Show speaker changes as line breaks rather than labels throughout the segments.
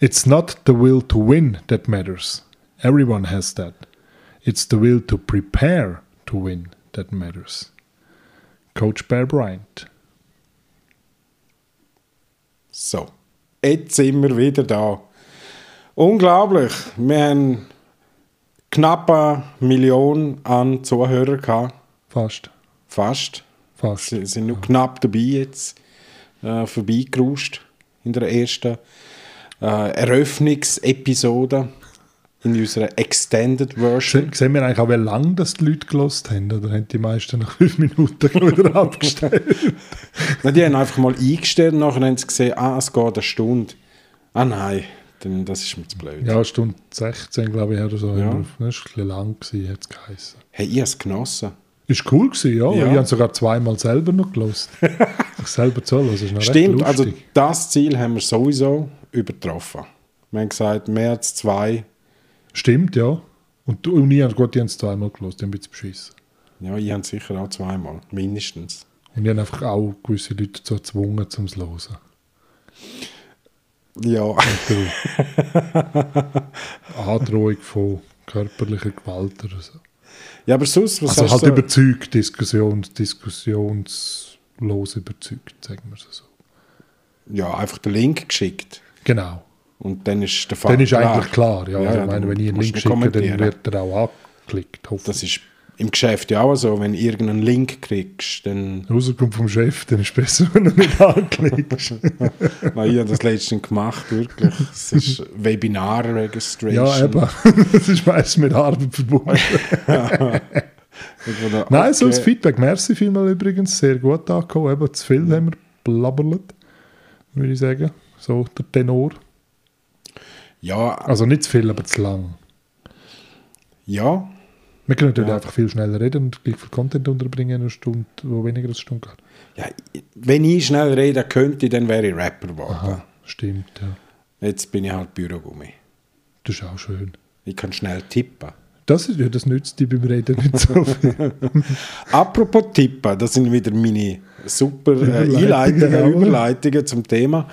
It's not the will to win that matters. Everyone has that. It's the will to prepare to win that matters. Coach Bear Bryant.
So, jetzt sind wir wieder da. Unglaublich. Wir haben knapp eine Million an Zuhörern gehabt.
Fast.
Fast.
Fast.
Sie sind nur knapp dabei jetzt. Äh, vorbeigeruscht in der ersten äh, Eröffnungsepisode. In unserer Extended Version.
Se- Sehen wir eigentlich auch, wie lange das die Leute gelost haben? Oder haben die meisten nach fünf Minuten wieder abgestellt?
Na, die haben einfach mal eingestellt und nachher haben sie gesehen, ah, es geht eine Stunde. Ah nein, dann, das ist mir zu blöd.
ja, eine Stunde 16, glaube ich, oder so.
Ja.
haben wir- Das war ein bisschen lang, gewesen, hat es geheißen.
Hey, ich habe es genossen.
Ist cool gewesen, ja.
Ja.
Ich habe sogar zweimal selber noch gelost. ich selber zuhören, das ist noch
Stimmt,
recht
also
lustig.
das Ziel haben wir sowieso übertroffen. Wir haben gesagt, mehr als zwei.
Stimmt, ja. Und, und ich habe gut, die haben es zweimal gelost, die haben ein bisschen beschissen.
Ja, ich habe sicher auch zweimal, mindestens.
Und ich habe einfach auch gewisse Leute dazu gezwungen, um es zu hören.
Ja,
Durch Androhung von körperlicher Gewalt oder so.
ja aber sonst, was
Also
hast
halt
du...
überzeugt, Diskussions, diskussionslos überzeugt, sagen wir es so.
ja, einfach den Link geschickt.
Genau.
Und dann ist der Fall
Dann ist eigentlich klar. Ja, also ich
du
meine, wenn ich einen
musst
Link
nicht
schicke, dann
kommentieren.
wird er auch angeklickt,
Das
hoffentlich.
ist im Geschäft ja auch so. Wenn du irgendeinen Link kriegst, dann...
Die Rauskommt vom Chef, dann ist es besser, wenn er nicht angeklickt ist.
Nein, ich habe das letztens gemacht, wirklich. Es ist Webinar-Registration.
ja, eben. das ist meistens mit Arbeit verbunden.
Irgendwo da-
Nein, so das
okay.
Feedback. Merci vielmal übrigens. Sehr gut angekommen. Eben zu viel haben wir blabbert, würde ich sagen. So der Tenor.
Ja,
Also nicht zu viel, aber zu lang.
ja.
Wir können natürlich
Ja.
einfach viel schneller reden und gleich viel Content unterbringen in einer Stunde, wo weniger als eine Stunde geht.
ja. Wenn ich schnell reden könnte, dann wäre ich Rapper geworden.
Aha, stimmt, ja.
Jetzt bin ich halt Bürogummi.
Das ist auch schön.
Ich kann schnell tippen.
Das, ist, ja, das nützt dir beim Reden nicht so viel.
Apropos tippen, das sind wieder meine super äh,
Überleitungen,
Einleitungen,
jawohl.
Überleitungen zum Thema.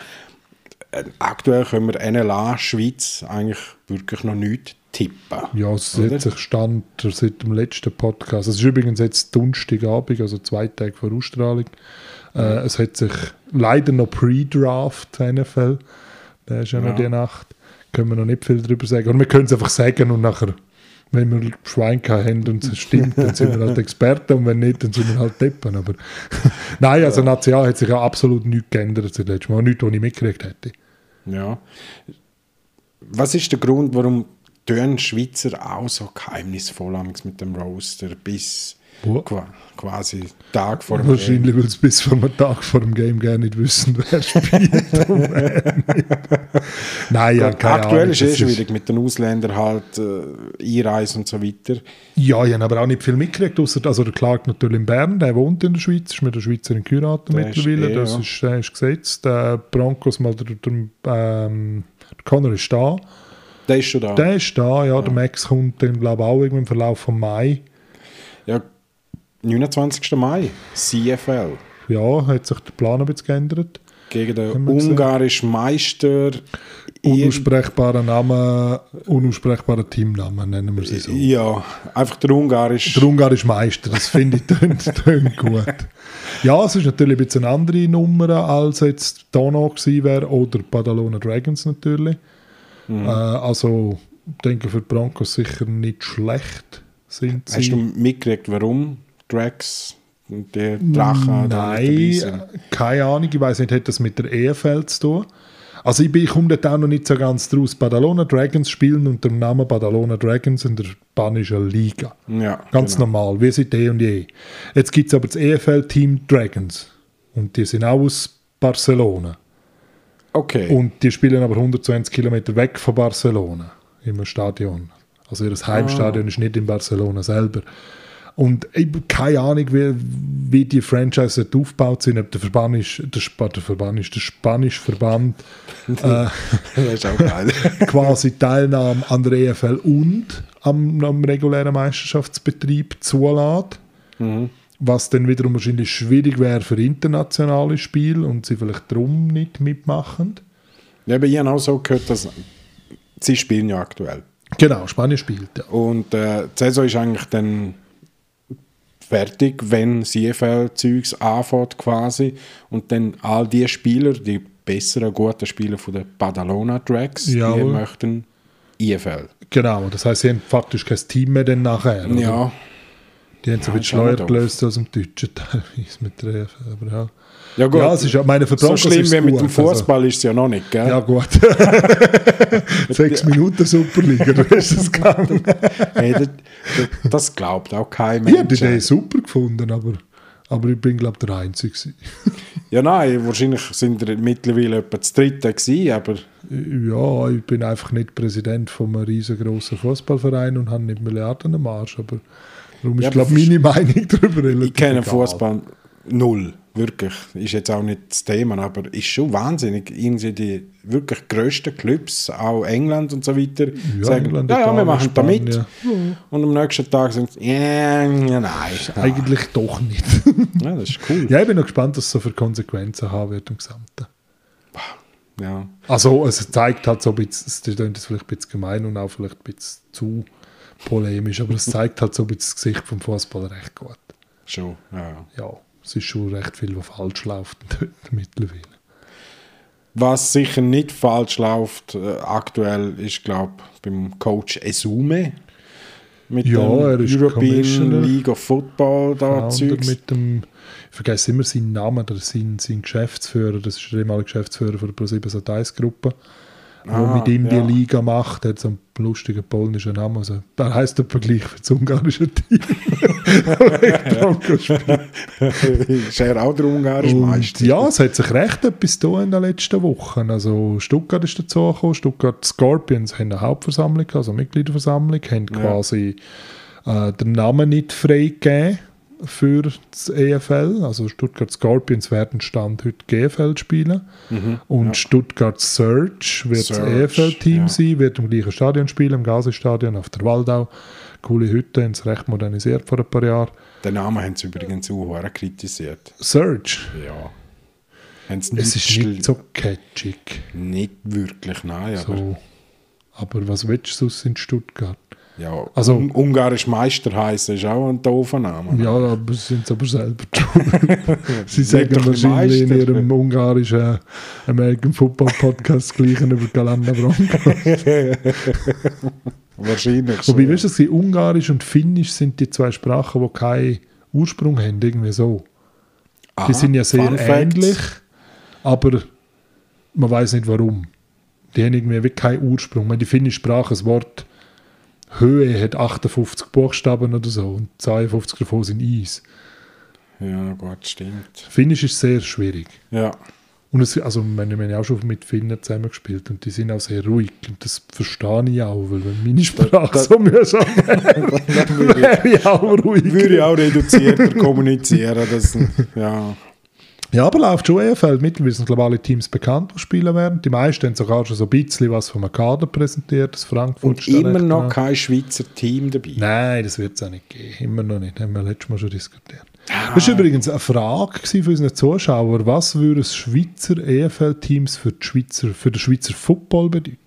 Äh, aktuell können wir NLA Schweiz eigentlich wirklich noch nicht tippen.
ja, es hat sich Stand seit dem letzten Podcast. Es ist übrigens jetzt Donnerstagabend, also zwei Tage vor Ausstrahlung. Äh, es hat sich leider noch Pre-Draft NFL. Da ist ja,
Ja.
noch die Nacht. Können wir noch nicht viel drüber sagen. Und wir können es einfach sagen und nachher, wenn wir Schwein gehabt haben und es stimmt, dann sind wir halt Experten und wenn nicht, dann sind wir halt Deppen. Aber nein, also National hat sich ja absolut nichts geändert seit letztem Mal. Nichts, was ich mitgekriegt hätte.
Ja. Was ist der Grund, warum tun Schweizer auch so geheimnisvoll amigs mit dem Roaster bis
Wo?
qua- quasi Tag vor dem Rennen?
Wahrscheinlich, weil sie bis vor einem Tag vor dem Game gerne nicht wissen, wer spielt. und wer nicht. Nein, ja, keine
Aktuell
Ahnung,
ist es eh
das
schwierig mit den Ausländern halt äh, Einreise und so weiter.
Ja, ich habe aber auch nicht viel mitgekriegt, außer also der Clark natürlich in Bern, der wohnt in der Schweiz, ist mit der Schweizerin geheiratet
Der ist
mittlerweile,
eh,
das
ja.
ist, der ist gesetzt. Der Broncos, mal der, der, ähm, der Connor ist da,
Ah. Der ist schon da.
der ist da, ja, der
Ah.
Max kommt dann glaube ich auch irgendwann im Verlauf von Mai.
Ja, 29. Mai, CFL.
Ja, hat sich der Plan ein bisschen geändert.
Gegen den
Haben wir gesehen.
ungarischen Meister. Ir-
Unaussprechbarer Name, unaussprechbarer Teamname nennen wir sie so.
Ja, einfach der ungarische.
Der Ungar ist Meister, das finde ich tönt, tönt gut. Ja, es ist natürlich ein bisschen eine andere Nummer, als jetzt Donau gewesen wäre oder Badalona Dragons natürlich.
Mhm.
Äh, also, ich denke für die Broncos sicher nicht schlecht sind sie.
Hast du mitgekriegt, warum Drax und der Drache da
Nein,
nicht dabei sind?
keine Ahnung. Ich weiß nicht, hat das mit der EFL zu tun? Also ich, bin, ich komme dort auch noch nicht so ganz draus. Badalona Dragons spielen unter dem Namen Badalona Dragons in der spanischen Liga.
Ja, genau.
Ganz normal, wie seit eh und je. Jetzt gibt es aber das EFL-Team Dragons. Und die sind auch aus Barcelona.
Okay.
Und die spielen aber 120 Kilometer weg von Barcelona im Stadion. Also ihr Heimstadion ist nicht in Barcelona selber. Und ich habe keine Ahnung, wie, wie die Franchise dort aufgebaut sind, ob der Verband ist, der, Sp der Verband ist, der spanische Verband
das ist auch geil.
quasi Teilnahme an der EFL und am, am regulären Meisterschaftsbetrieb zulässt.
Mhm.
Was dann wiederum wahrscheinlich schwierig wäre für internationale Spiele und sie vielleicht drum nicht mitmachen.
Ja, aber ich habe auch so gehört, dass sie spielen ja aktuell.
Genau, Spanien spielt, ja.
Und äh, die Saison ist eigentlich dann fertig, wenn das EFL-Zeugs anfängt quasi. Und dann all die Spieler, die besseren, guten Spieler von den Badalona Drags, die
Jawohl.
möchten E EFL.
Genau, das heißt, sie haben faktisch kein Team mehr dann nachher. oder?
Ja,
Die haben so ein
ist
bisschen
auch
Schleuer
doof.
gelöst aus dem Deutschen teilweise mit der EFL, aber ja.
ja gut.
Ja, es ist ja, meine, für
so
Broncos
schlimm
ist es
wie mit
gut,
dem Fußball ist es ja noch nicht, gell?
Also, ja, gut. Sechs Minuten Superliga, du hast es gegangen.
Hey, das, das- das glaubt auch kein
Ich habe die
Mensch.
Idee super gefunden, aber, aber ich bin, glaube ich, der Einzige. gewesen.
Ja, nein, wahrscheinlich sind wir mittlerweile etwa das Dritte gewesen, aber
Ja, ich bin einfach nicht Präsident von einem riesengroßen Fußballverein und habe nicht Milliarden am Arsch, aber darum ist,
Ja,
glaube
aber
ich, meine Meinung darüber relativ
ich kenne
egal.
Fußball null. Wirklich. Ist jetzt auch nicht das Thema, aber ist schon wahnsinnig. Irgendwie die wirklich grössten Clubs, auch England und so weiter, sagen,
England,
ja, ja, wir
Italien,
machen da mit. Hm.
Spanien.
Und am nächsten Tag sind sie, ja, ja, nein.
Eigentlich doch nicht.
Ja, das ist cool.
ja, ich bin noch gespannt, was es so für Konsequenzen haben wird im Gesamten.
Ja.
Also es zeigt halt so ein bisschen, es klingt jetzt vielleicht ein bisschen gemein und auch vielleicht ein bisschen zu polemisch, aber es zeigt halt so ein bisschen das Gesicht vom Fußball recht gut.
Schon, ja, ja.
Ja, es ist schon recht viel, was falsch läuft dort mittlerweile.
Was sicher nicht falsch läuft äh, aktuell, ist, glaube ich, beim Coach Esume. Mit
Ja, er
dem
ist Commissioner.
European League of Football da
Ja, und
Zeugs.
mit dem, ich vergesse immer seinen Namen, oder seinen, seinen Geschäftsführer, das ist der ehemalige Geschäftsführer von der ProSieben Gruppe,
Ah,
der mit ihm
ja.
die Liga macht, der hat so einen lustigen polnischen Namen, also der heisst etwa gleich für das ungarische Team. Broncos spielt.
ist er auch der ungarische
Und
Meister?
ja, es hat sich recht etwas getan in den letzten Wochen. Also Stuttgart ist dazugekommen, Stuttgart Scorpions haben eine Hauptversammlung, gehabt, also eine Mitgliederversammlung, haben quasi äh, den Namen nicht freigegeben für das EFL. Also Stuttgart Scorpions werden Stand heute GFL spielen
Mhm.
und Stuttgart Surge wird
Surge,
das EFL-Team
ja.
sein, wird im gleichen Stadion spielen, im Gasi-Stadion auf der Waldau. Coole Hütte, haben es recht modernisiert vor ein paar Jahren.
Den Namen haben sie übrigens auch sehr kritisiert.
Surge,
Ja. Haben sie
es ist nicht
schli-
so catchig.
nicht wirklich, nein. Aber,
So. Oh. Aber was willst du sonst in Stuttgart?
ja,
Also-
un ungarisch Meister heißen ist auch ein doofer Name.
Ja, aber sie sind aber selber schuld. sie
doch
sagen
die
wahrscheinlich in
Meister.
ihrem ungarischen äh, American Football Podcast das Gleiche über Galanda Broncos.
Wahrscheinlich. schon,
Wobei,
ja.
weißt du, sie- Ungarisch und Finnisch sind die zwei Sprachen, die keinen Ursprung haben, irgendwie so.
Aha,
Die sind ja sehr
Fun Facts.
ähnlich, aber man weiß nicht warum. Die haben irgendwie wirklich keinen Ursprung. Ich meine, Die finnische Sprache, das Wort Höhe hat 58 Buchstaben oder so und 52 davon sind Eis.
Ja, gut, stimmt.
Finnisch ist sehr schwierig.
Ja.
Und es, also, wir haben ja auch schon mit Finnen zusammengespielt und die sind auch sehr ruhig. Und das verstehe ich auch, weil wenn meine Sprache so mühsam wäre, wäre ich auch ruhig.
Würde ich auch reduzierter kommunizieren. Das, ja.
Ja, aber läuft schon E EFL. Mittlerweile sind globale Teams bekannt, die spielen werden. Die meisten haben sogar schon so ein bisschen was vom Kader präsentiert. Das Frankfurt
Und
ist da
immer
recht
noch
dran.
kein Schweizer Team dabei.
Nein, das wird es auch nicht geben. Immer noch nicht. Haben wir letztes Mal schon diskutiert.
Ah.
Das war übrigens eine Frage gewesen für unsere Zuschauer. Was würde es Schweizer EFL-Teams für, die Schweizer- für den Schweizer Football bedeuten?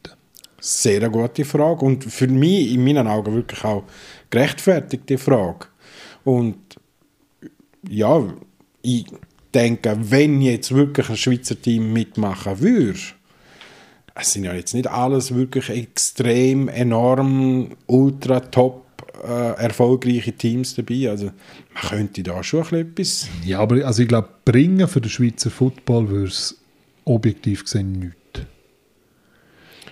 Sehr eine gute Frage. Und für mich, in meinen Augen, wirklich auch gerechtfertigte Frage. Und ja, ich denke, wenn jetzt wirklich ein Schweizer Team mitmachen würde, es sind ja jetzt nicht alles wirklich extrem, enorm, ultra top äh, erfolgreiche Teams dabei. Also man könnte da schon ein bisschen etwas
Ja, aber also ich glaube, bringen für den Schweizer Football würde es objektiv gesehen nichts.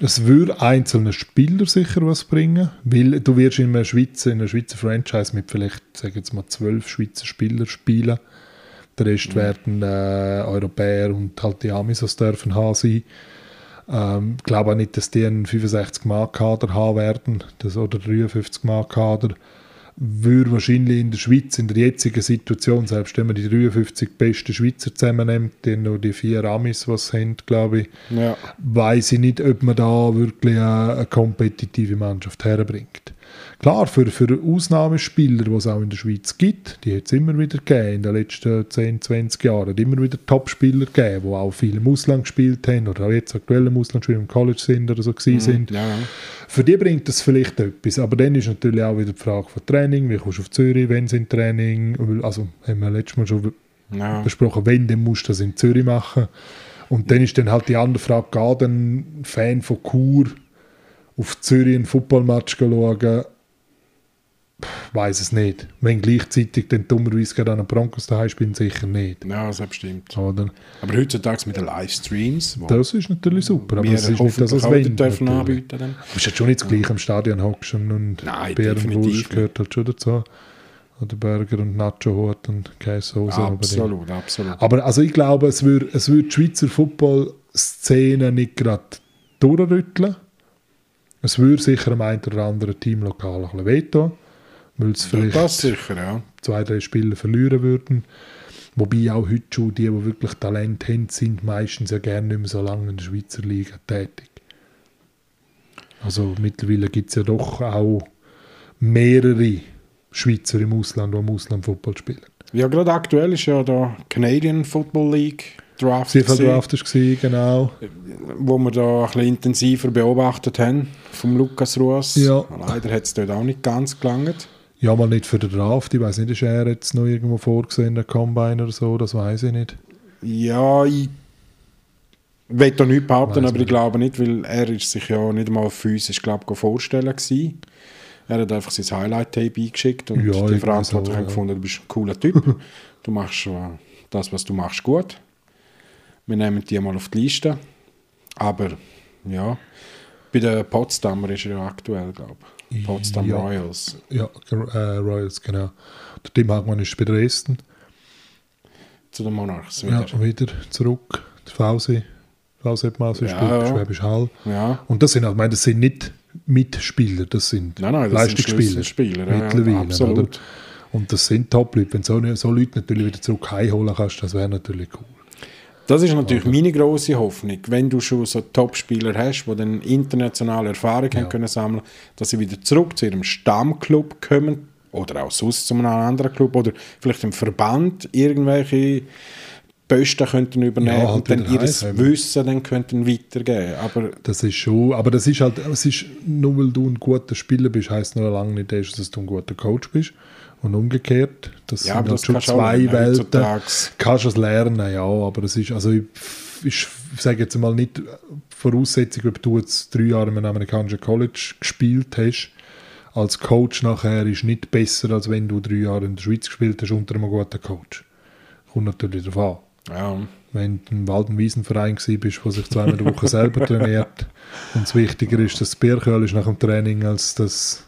Es würde einzelnen Spieler sicher was bringen, weil du wirst in einer Schweizer, in einer Schweizer Franchise mit vielleicht, sag ich jetzt mal, zwölf Schweizer Spielern spielen. Der Rest werden äh, Europäer und halt die Amis, die es dürfen haben, sein. Ähm, ich glaube auch nicht, dass die einen 65-Mark-Kader haben werden das, oder 53-Mark-Kader. würde wahrscheinlich in der Schweiz in der jetzigen Situation, selbst wenn man die 53 besten Schweizer zusammennimmt, dann noch die vier Amis, was haben, glaube ich,
Ja.
weiß ich nicht, ob man da wirklich eine, eine kompetitive Mannschaft herbringt. Klar, für, für Ausnahmespieler, die es auch in der Schweiz gibt, die hat es immer wieder gegeben in den letzten 10, 20 Jahren. hat immer wieder Topspieler gegeben, die auch viel im Ausland gespielt haben oder auch jetzt aktuell im Ausland spielen, im College sind oder so
Mhm.
gewesen sind.
Ja, ja.
Für die bringt das vielleicht etwas, aber dann ist natürlich auch wieder die Frage von Training, wie kommst du auf Zürich, wenn sind Training, also haben wir letztes Mal schon
Ja.
besprochen, wenn, dann musst du das in Zürich machen. Und dann ist dann halt die andere Frage, geht ein Fan von Chur auf Zürich einen Footballmatch schauen? Weiß es nicht. Wenn gleichzeitig dann dummerweise gerade an den Broncos daheim spielen, sicher nicht.
ja, das bestimmt.
Oder?
Aber heutzutage mit den Livestreams, wo
Das ist natürlich super, aber
wir
es ist nicht das,
hoffentlich
was
auch
wenn.
dürfen
natürlich.
anbieten dann.
Du bist jetzt schon nicht das gleiche am Stadion hocksen und
Nein, definitiv
Bärenwurst
nicht.
gehört halt schon dazu. Oder Burger und Nacho-Hut und Käsehose. aber die-
Absolut, absolut.
Aber also ich glaube, es würde es würd die Schweizer Football-Szene nicht gerade durchrütteln. Es würde sicher am einen oder anderen Team lokal ein bisschen wehtun, weil es
Ja,
vielleicht
das sicher, ja.
zwei, drei Spieler verlieren würden. Wobei auch heute schon die, die wirklich Talent haben, sind meistens ja gerne nicht mehr so lange in der Schweizer Liga tätig. Also mittlerweile gibt es ja doch auch mehrere Schweizer im Ausland, die im Ausland Football spielen.
Ja, gerade aktuell ist ja der Canadian Football League Draft,
Sie war
gewesen,
genau.
wo wir da ein bisschen intensiver beobachtet haben, vom Lukas Ruas.
Ja.
Leider hat es dort auch nicht ganz gelangt.
Ja, mal nicht für den Draft. Ich weiß nicht, ist er jetzt noch irgendwo vorgesehen, der Combine oder so, das weiß ich nicht.
Ja, ich will da nichts behaupten,
Weiss
aber ich
nicht.
glaube nicht, weil er ist sich ja nicht einmal für uns ist, glaube ich, vorstellen gewesen. Er hat einfach sein Highlight-Tape eingeschickt und
Ja, irgendwie
die Verantwortlichen
so,
haben
ja.
gefunden, du bist ein cooler Typ. du machst äh, das, was du machst, gut. Wir nehmen die mal auf die Liste. Aber, ja, bei den Potsdamer ist er ja aktuell, glaube ich. Potsdam
Ja.
Royals.
Ja, äh, Royals, genau. Der Tim Hagmann ist bei Dresden.
Zu den Monarchs
Ja,
wieder.
wieder zurück. Der VC, VC Masse spielt,
Ja,
ja.
ja.
Schwäbisch Hall.
Ja.
Und das sind, halt- ich meine, das sind nicht Mitspieler, das sind
Nein, nein, das sind Schlüsselspieler. ja, ja,
mittlerweile.
absolut.
Oder? Und das sind Top-Leute. Wenn du so, so Leute natürlich wieder zurück heimholen kannst, das wäre natürlich cool.
Das ist natürlich meine große Hoffnung, wenn du schon so Top-Spieler hast, die dann internationale Erfahrung haben können sammeln dass sie wieder zurück zu ihrem Stammclub kommen oder auch sonst zu einem anderen Club oder vielleicht im Verband irgendwelche Posten könnten übernehmen
Ja, halt
und dann
wieder
ihr
heimkommen.
Wissen dann könnten weitergeben. Aber
Das ist schon, aber das ist halt, es ist, nur weil du ein guter Spieler bist, heisst noch lange nicht, erst, dass du ein guter Coach bist. Und umgekehrt, das
Ja,
sind
aber
halt
das
schon
kannst du auch
zwei
lernen
Welten.
heutzutage.
Kannst du es lernen, ja, aber es ist, also ich, ich sage jetzt mal nicht die Voraussetzung, ob du jetzt drei Jahre in einem amerikanischen College gespielt hast, als Coach nachher ist nicht besser, als wenn du drei Jahre in der Schweiz gespielt hast unter einem guten Coach. Kommt natürlich darauf an
ja,
wenn du im Waldenwiesenverein bist, der sich zweimal die Woche selber trainiert und es wichtiger ist, dass das Bierköhl ist nach dem Training, als dass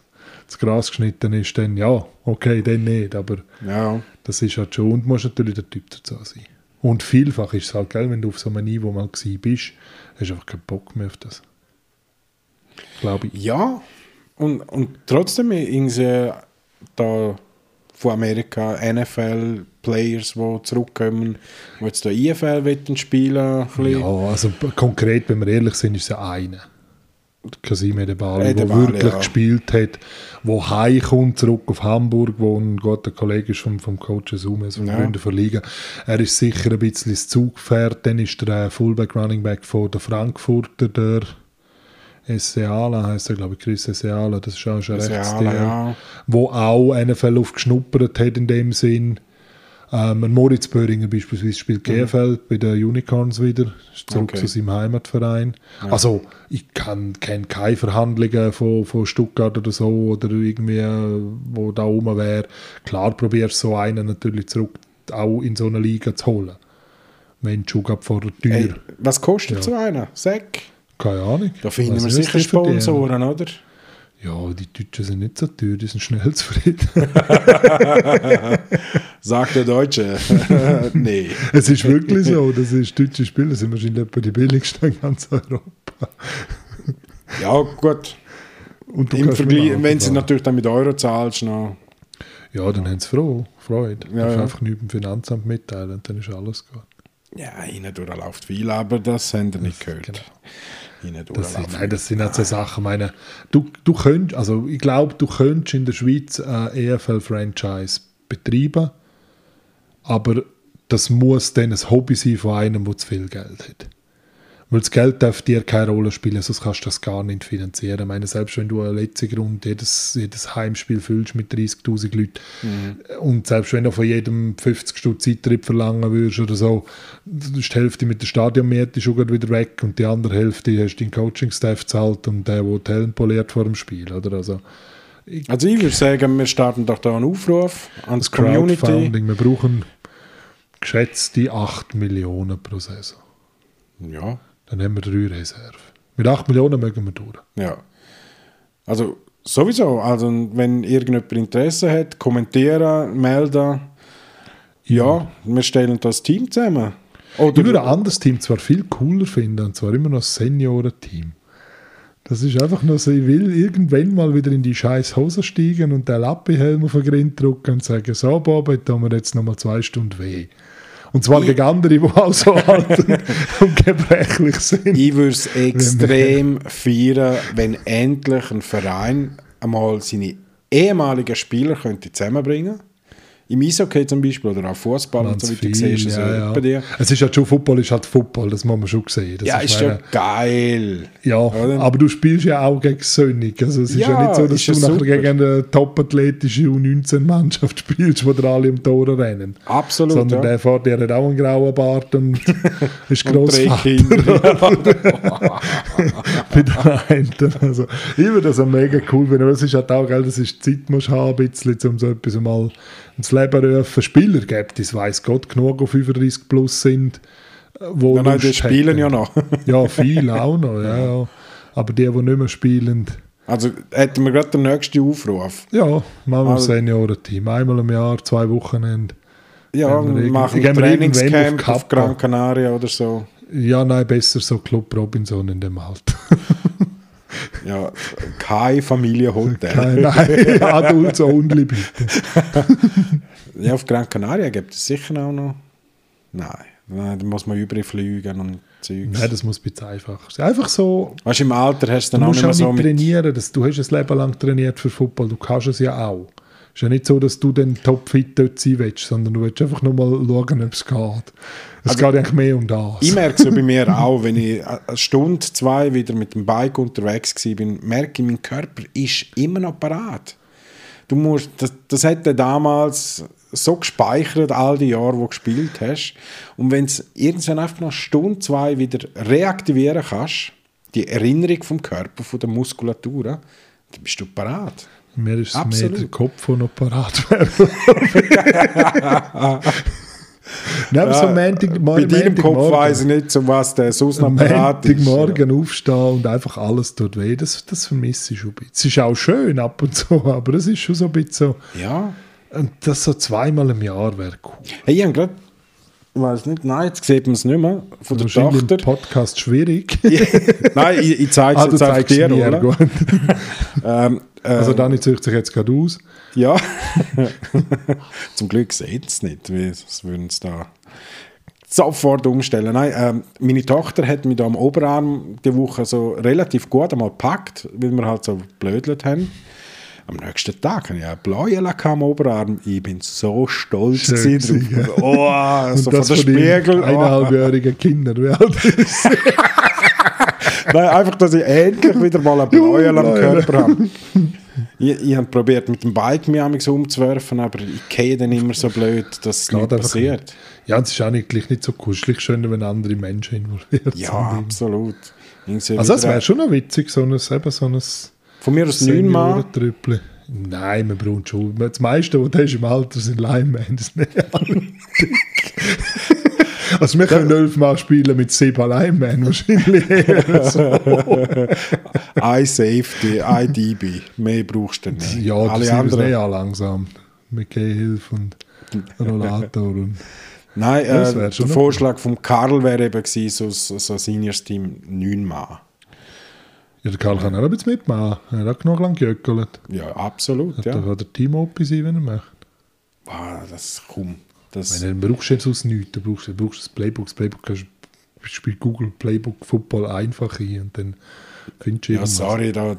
das Gras geschnitten ist, dann ja, okay, dann nicht, aber
ja,
das ist halt schon, und du musst natürlich der Typ dazu sein. Und vielfach ist es halt, gell, wenn du auf so einem Niveau mal gewesen bist, hast du einfach keinen Bock mehr auf das. Glaube ich.
ja. Und, und trotzdem irgendwie da von Amerika NFL-Players, die zurückkommen, die jetzt da E IFL wollen spielen ein bisschen.
Ja, also b- konkret, wenn wir ehrlich sind, ist es ja einer. Casimir de Bali,
Äh, De
der
Bali,
wirklich
ja.
gespielt hat, wo heimkommt, zurück auf Hamburg, wo ein guter Kollege ist vom, vom Coach Sumes, vom
Ja.
Gründer von Liga. Er ist sicher ein bisschen ins Zugpferd. Dann ist der äh, Fullback Running Back von der Frankfurter, der Esseala, heißt er, glaube ich, Chris Esseala, das ist auch schon
Esseala,
rechts.
E ja.
Wo auch NFL aufgeschnuppert hat in dem Sinn. Ähm, ein Moritz Böhringer beispielsweise spielt GFL bei den Unicorns wieder, ist zurück
Mhm. Okay.
zu seinem Heimatverein. Also ich kann kenne keine Verhandlungen von, von Stuttgart oder so oder irgendwie, äh, wo da oben wäre. Klar probierst du so einen natürlich zurück auch in so eine Liga zu holen. Wenn du schon gerade vor der Tür.
Ey, was kostet so einer? Sack?
Keine Ahnung.
Da finden
Weiss
wir
nicht, was
sicher
die verdienen.
Sponsoren, oder?
Ja, die Deutschen sind nicht so teuer, die sind schnell zufrieden.
Sagt der Deutsche. nee.
es ist wirklich so, das ist deutsche Spieler sind wahrscheinlich etwa die billigsten in ganz Europa.
Ja, gut.
Und
Im
kannst mit dem
Vergleich,
Auto
wenn sie
fahren.
natürlich dann mit Euro zahlst, noch
Ja, dann haben sie froh, Freude.
Ja,
Ja,
ja.
Einfach nicht dem Finanzamt mitteilen und dann ist alles gut.
Ja, hinten läuft viel, aber das haben wir nicht gehört.
genau.
Hinten
Das sind,
läuft
nein, das sind halt so Sachen. Ich Meine, du, du könnt, also ich glaube, du könntest in der Schweiz äh, E ein EFL-Franchise betreiben, aber das muss dann ein Hobby sein von einem, der zu viel Geld hat. Weil das Geld darf dir keine Rolle spielen, sonst kannst du das gar nicht finanzieren. Ich meine, selbst wenn du eine letzte Runde jedes, jedes Heimspiel füllst mit 30'000 Leuten und selbst wenn du von jedem 50 Stutz Zeitrip verlangen würdest oder so, dann ist die Hälfte mit der Stadionmiete schon gerade wieder weg und die andere Hälfte hast du den Coaching-Staff zahlt und der, der die Helm poliert vor dem Spiel, oder? Also
Also ich würde sagen, wir starten doch da einen Aufruf an die Community.
Crowdfunding, wir brauchen geschätzte 8 Millionen pro Saison.
Ja,
Dann haben wir drei Reserve. Mit 8 Millionen mögen wir durch.
ja. Also sowieso, also wenn irgendjemand Interesse hat, kommentieren, melden. Ja, wir stellen das Team zusammen.
Ich würde
Oder
ein anderes Team zwar viel cooler finden, und zwar immer noch das Seniorenteam. Das ist einfach nur so, ich will irgendwann mal wieder in die scheiß Hose steigen und den Lappihelm auf den Grind drücken und sagen, so Bob, jetzt tun wir jetzt nochmal zwei Stunden weh. Und zwar gegen andere, die auch so alt und, und gebrechlich sind.
ich würde es extrem feiern, wenn endlich ein Verein einmal seine ehemaligen Spieler könnte zusammenbringen Im Eishockey zum Beispiel oder auch Fußball und so weiter. siehst du es äh,
ja,
bei dir.
ja. Es ist halt schon, Football ist halt Football, das muss man schon sehen. Das
Ja, ist ja
meine-
geil.
Ja,
Oder?
aber du spielst ja auch gegen Sönnig. Also es ist ja,
Ja,
nicht so, dass
ist
du
ja
nachher
super.
gegen eine topathletische U19-Mannschaft spielst, wo dir alle im Tor rennen.
Absolut,
Sondern
ja.
der vor dir hat auch einen grauen Bart und ist
Und drei
gross
Kinder.
mit den einen. Also, ich würde das auch mega cool finden. Aber es ist halt auch, gell, das ist die Zeit, musst du haben, ein bisschen, um so etwas mal ins Leben zu rufen. Spieler gibt es, weiss Gott, genug, die 35 plus sind. Wo
Nein, nein, die
Lust
spielen
hätten.
ja noch.
Ja, viele auch noch, ja, ja. Aber die, die nicht mehr spielen,
Also hätten wir gerade den nächsten Aufruf.
ja, machen wir
Also-
ein Seniorenteam. Einmal im Jahr, zwei Wochenende.
Ja,
Wenn wir
wir
irgend-
machen ein
gehen wir irgendwann
Trainingscamp
auf
auf,
Kappa.
Gran Canaria oder so.
Ja, nein, besser so Club Robinson in dem Alter.
Ja, kein Familienhotel.
nein, nein, Adult only bitte.
ja, auf Gran Canaria gibt es sicher auch noch. Nein, nein da muss man überfliegen und Zeugs.
Nein, das muss bitte einfach sein. Einfach so,
Weißt du, im Alter hast du
du
dann auch
musst
nicht
auch nicht
mehr so mit.
trainieren. Das, du hast ein Leben lang trainiert für Football, du kannst es ja auch. ist ja nicht so, dass du dann topfit dort sein willst, sondern du willst einfach nur mal schauen, ob es geht. Es
Also
geht eigentlich mehr um das.
Ich merke es ja bei mir auch, wenn ich eine Stunde, zwei wieder mit dem Bike unterwegs war, merke ich, mein Körper ist immer noch parat. Du musst, das, das hat er damals so gespeichert, all die Jahre, wo du gespielt hast. Und wenn es irgendwann einfach nach Stunde, zwei wieder reaktivieren kannst, die Erinnerung vom Körper, von der Muskulatur, dann bist du parat.
Mir ist es mehr
Absolut.
der Kopf, der noch parat wäre. Nein, aber so Montag,
Bei deinem Kopf weiss ich nicht, um was der sonst noch parat ist.
Montagmorgen aufstehen und einfach alles tut weh, das, das vermisse ich schon ein bisschen. Es ist auch schön ab und zu, aber es ist schon so ein bisschen
Ja.
so, und das so zweimal im Jahr wäre cool.
Hey, ich habe gerade, ich weiß nicht, nein, jetzt sieht man es nicht mehr, von der
Wahrscheinlich im
Tochter.
Podcast schwierig.
nein, ich, ich zeige es
Ah, du
jetzt einfach
zeigst
dir,
mir,
oder?
gut.
Ähm, also äh,
Also Dani zieht sich jetzt gerade aus.
ja. Zum Glück sieht es nicht, weil sonst würden es da sofort umstellen. Nein, ähm, meine Tochter hat mich da am Oberarm die Woche so relativ gut einmal gepackt, weil wir halt so blödelt haben. Am nächsten Tag habe ich einen blauen Lack am Oberarm. Ich bin so stolz
Schön
gewesen drauf. Oh, so von der
deinem
Spiegel. Oh.
halt eineinhalbjährigen Kindern. Wie alt ist
Nein, einfach, dass ich endlich wieder mal einen Bläuel am
Bläuel.
Körper habe. Ich, ich habe probiert, mit dem Bike mich manchmal umzuwerfen, aber ich gehe dann immer so blöd, dass es nicht
Geht einfach
passiert.
Ja, und es ist auch nicht, gleich nicht so kuschelig schöner, wenn andere Menschen involviert
Ja,
sind.
absolut. Irgendwie
Also es
wieder-
wäre schon noch witzig, so ein, eben so ein
Von mir aus neunmal.
Seniorentrüppel. Nein, man braucht schon. Das meiste, was du hast im Alter, sind Linemen. Das ist nicht alle Also wir können elfmal spielen mit sieben Linemen wahrscheinlich. eher so.
Ein Safety, ein DB. Mehr brauchst du nicht.
Ja, das
Alle
sind wir
anderen.
ja langsam. Mit Gehhilfe und Rollator. Und
Nein, äh,
das
der
wär schon noch
Vorschlag von Karl wäre eben gewesen, so, so so ein Seniors-Team neunmal.
ja, der Karl kann auch ein bisschen mitmachen. Er hat auch genug lang gejöckelt.
Ja, absolut.
Da
Ja.
kann der Team sein, wenn er möchte.
Ah, das komm. Das,
Wenn du brauchst du jetzt aus nichts, du brauchst, du brauchst das Playbook, das Playbook kannst du- spielt Google Playbook Football einfach ein und dann findest du
ja,
irgendwas.
sorry, da.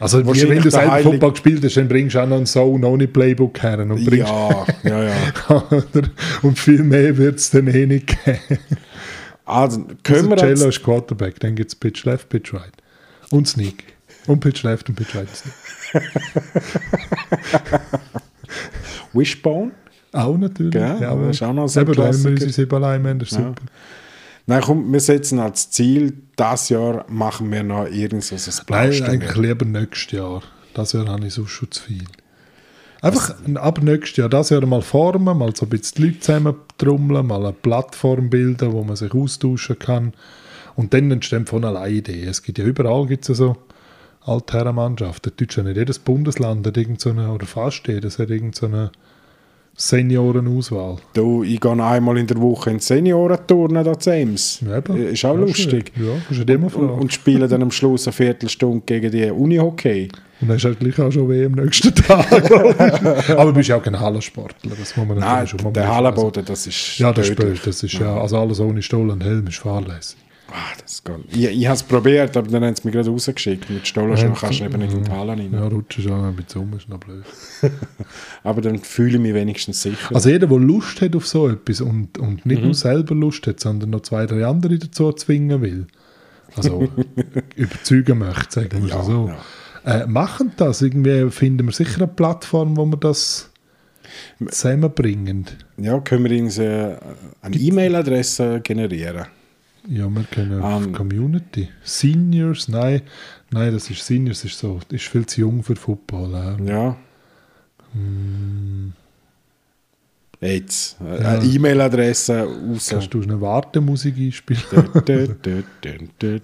Also wie, wenn
Wahrscheinlich
du
der
selber
Heilige-
Football gespielt hast, dann bringst du auch noch einen Soul ohne Playbook her und bringst
Ja, ja, ja.
Oder? und viel mehr wird es dann eh nicht geben.
Also, können
Also
wir
Cello
jetzt,
ist Quarterback, dann gibt es Pitch Left, Pitch Right und Sneak. Und Pitch Left und Pitch Right. und Sneak.
Wishbone?
Auch natürlich.
Gell,
aber
das ist auch noch so ein
Eben, lernen wir
Klassiker.
unsere Sieberlein, das ist super.
Nein, komm, wir setzen als Ziel, das Jahr machen wir noch irgend so ein
Nein,
Blaustück.
eigentlich lieber nächstes Jahr. Das Jahr habe ich sonst schon zu viel. Einfach ein- ab nächstes Jahr, das Jahr mal formen, mal so ein bisschen die Leute zusammentrommeln, mal eine Plattform bilden, wo man sich austauschen kann. Und dann entstehen von allein Ideen. Es gibt ja überall gibt's ja so Altherrenmannschaften. Deutschland hat jedes Bundesland hat irgend so eine, oder fast jedes hat irgend so eine Seniorenauswahl.
Du, ich gehe einmal in der Woche in Seniorenturnen da zu Ems. Äh,
Ja, eben.
Ist auch
Ja,
lustig.
schön. Ja, ist ja die immer
Und,
Frage.
und spielen dann am Schluss eine Viertelstunde gegen die Uni-Hockey.
Und dann ist halt gleich auch schon weh am nächsten Tag. logisch. Aber du bist ja auch kein Hallensportler. Das muss man
Nein,
natürlich schon mal
der
machen.
Hallenboden, das ist
Ja, das ist
tödlich.
blöd. Das ist ja, also alles ohne Stoll und Helm ist fahrlässig.
Ah, das geht. nicht. Ich, ich habe es probiert, aber dann haben sie mich gerade rausgeschickt. Mit Stollerschau kannst du eben nicht in die Halle rein.
Mhm. Ja, rutschst du auch ein bisschen um, ist noch blöd.
Aber dann fühle ich mich wenigstens sicher.
Also jeder, der Lust hat auf so etwas und, und nicht nur selber Lust hat, sondern noch zwei, drei andere dazu zwingen will, also überzeugen möchte, sagen wir
Ja,
so. Äh, machen das. Irgendwie finden wir sicher eine Plattform, wo wir das zusammenbringen.
ja, können wir uns äh, eine E-Mail-Adresse generieren?
Ja, wir kennen
Ähm.
Community. Seniors, nein, nein, das ist Seniors ist so, ist viel zu jung für Football. Äh.
Ja. Mm. Jetzt. Äh,
Ja.
Eine E-Mail-Adresse raus.
Kannst du eine Wartemusik einspielen? Wir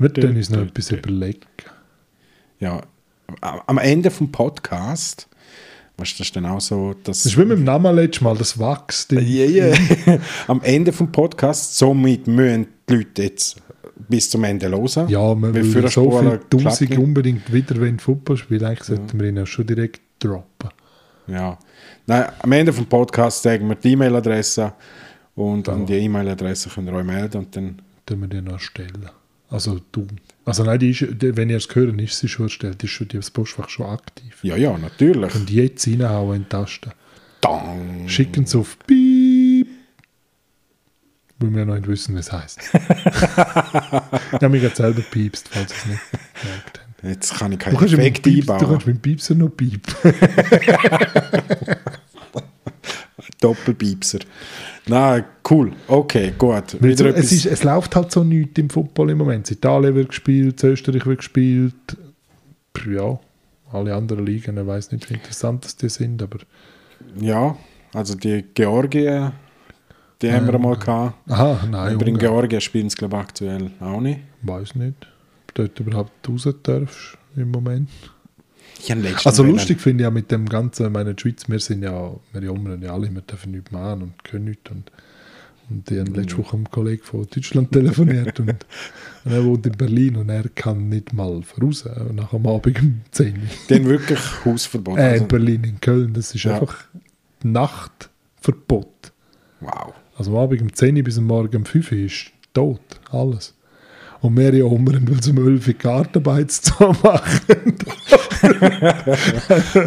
Wir
können uns noch etwas überlegen.
Ja. Am Ende vom Podcast, weißt du, das ist dann auch so, dass.
Das ist wie mit dem Namen letztes Mal, das wächst. im-
Yeah, yeah. Am Ende vom Podcast, somit müssen die Leute jetzt bis zum Ende hören.
Ja, man
Weil
will
einen
so
Spuren
viel
klappt
Tausend
nicht.
unbedingt wieder, wenn Football spielt. Eigentlich sollten wir ihn ja schon direkt droppen.
Ja. Nein, am Ende vom Podcast sagen wir die E-Mail-Adresse und an die E-Mail-Adresse könnt ihr euch melden und dann
Dann wir den noch erstellen. Also du. Also nein, die ist, die, wenn ihr es hören, ist sie schon erstellt, ist schon die das Postfach schon aktiv.
Ja, ja, natürlich.
Und jetzt reinhauen in die Tasten.
Dang.
Schicken sie auf Piep. Weil wir noch nicht wissen, was es heisst. ich habe mich gerade selber piepst, falls ihr es nicht gemerkt habt.
Jetzt kann ich
Du
keinen
kannst, mit dem
Effekt
Pieps, du kannst
einbauen.
mit dem Piepser noch piepen.
Doppelpiepser. Nein, cool. Okay, gut.
Weil so,
Wieder
Also, es,
etwas.
ist, es läuft halt so nichts im Football im Moment. In Italien wird gespielt, in Österreich wird gespielt. Pff, Ja, alle anderen Ligen, ich weiß nicht, wie interessant das die sind, aber.
ja, also die Georgien, die haben wir mal gehabt.
Aha, nein,
Aber in
Ungarn,
Georgien spielen sie, glaube ich, aktuell auch nicht.
weiß nicht, ob du dort überhaupt raus darfst im Moment.
Ich habe letztens
Also
wollen-
lustig finde ich ja mit dem Ganzen, ich meine, in der Schweiz, wir sind ja, wir jammern ja alle, wir dürfen nichts machen und können nichts. Und, und ich habe
Mhm.
letzte Woche einen Kollegen von Deutschland telefoniert und, und er wohnt in Berlin und er kann nicht mal raus, äh, nach dem Abend um 10 Uhr.
Die haben wirklich Hausverbot.
Äh, in
Also,
Berlin, in Köln, das ist
Ja.
einfach Nachtverbot.
wow.
Also am Abend um 10 Uhr bis am Morgen um 5 Uhr ist tot, alles. Und wir ja umbringen, weil zum 11 Uhr die Gartenarbeit zu machen.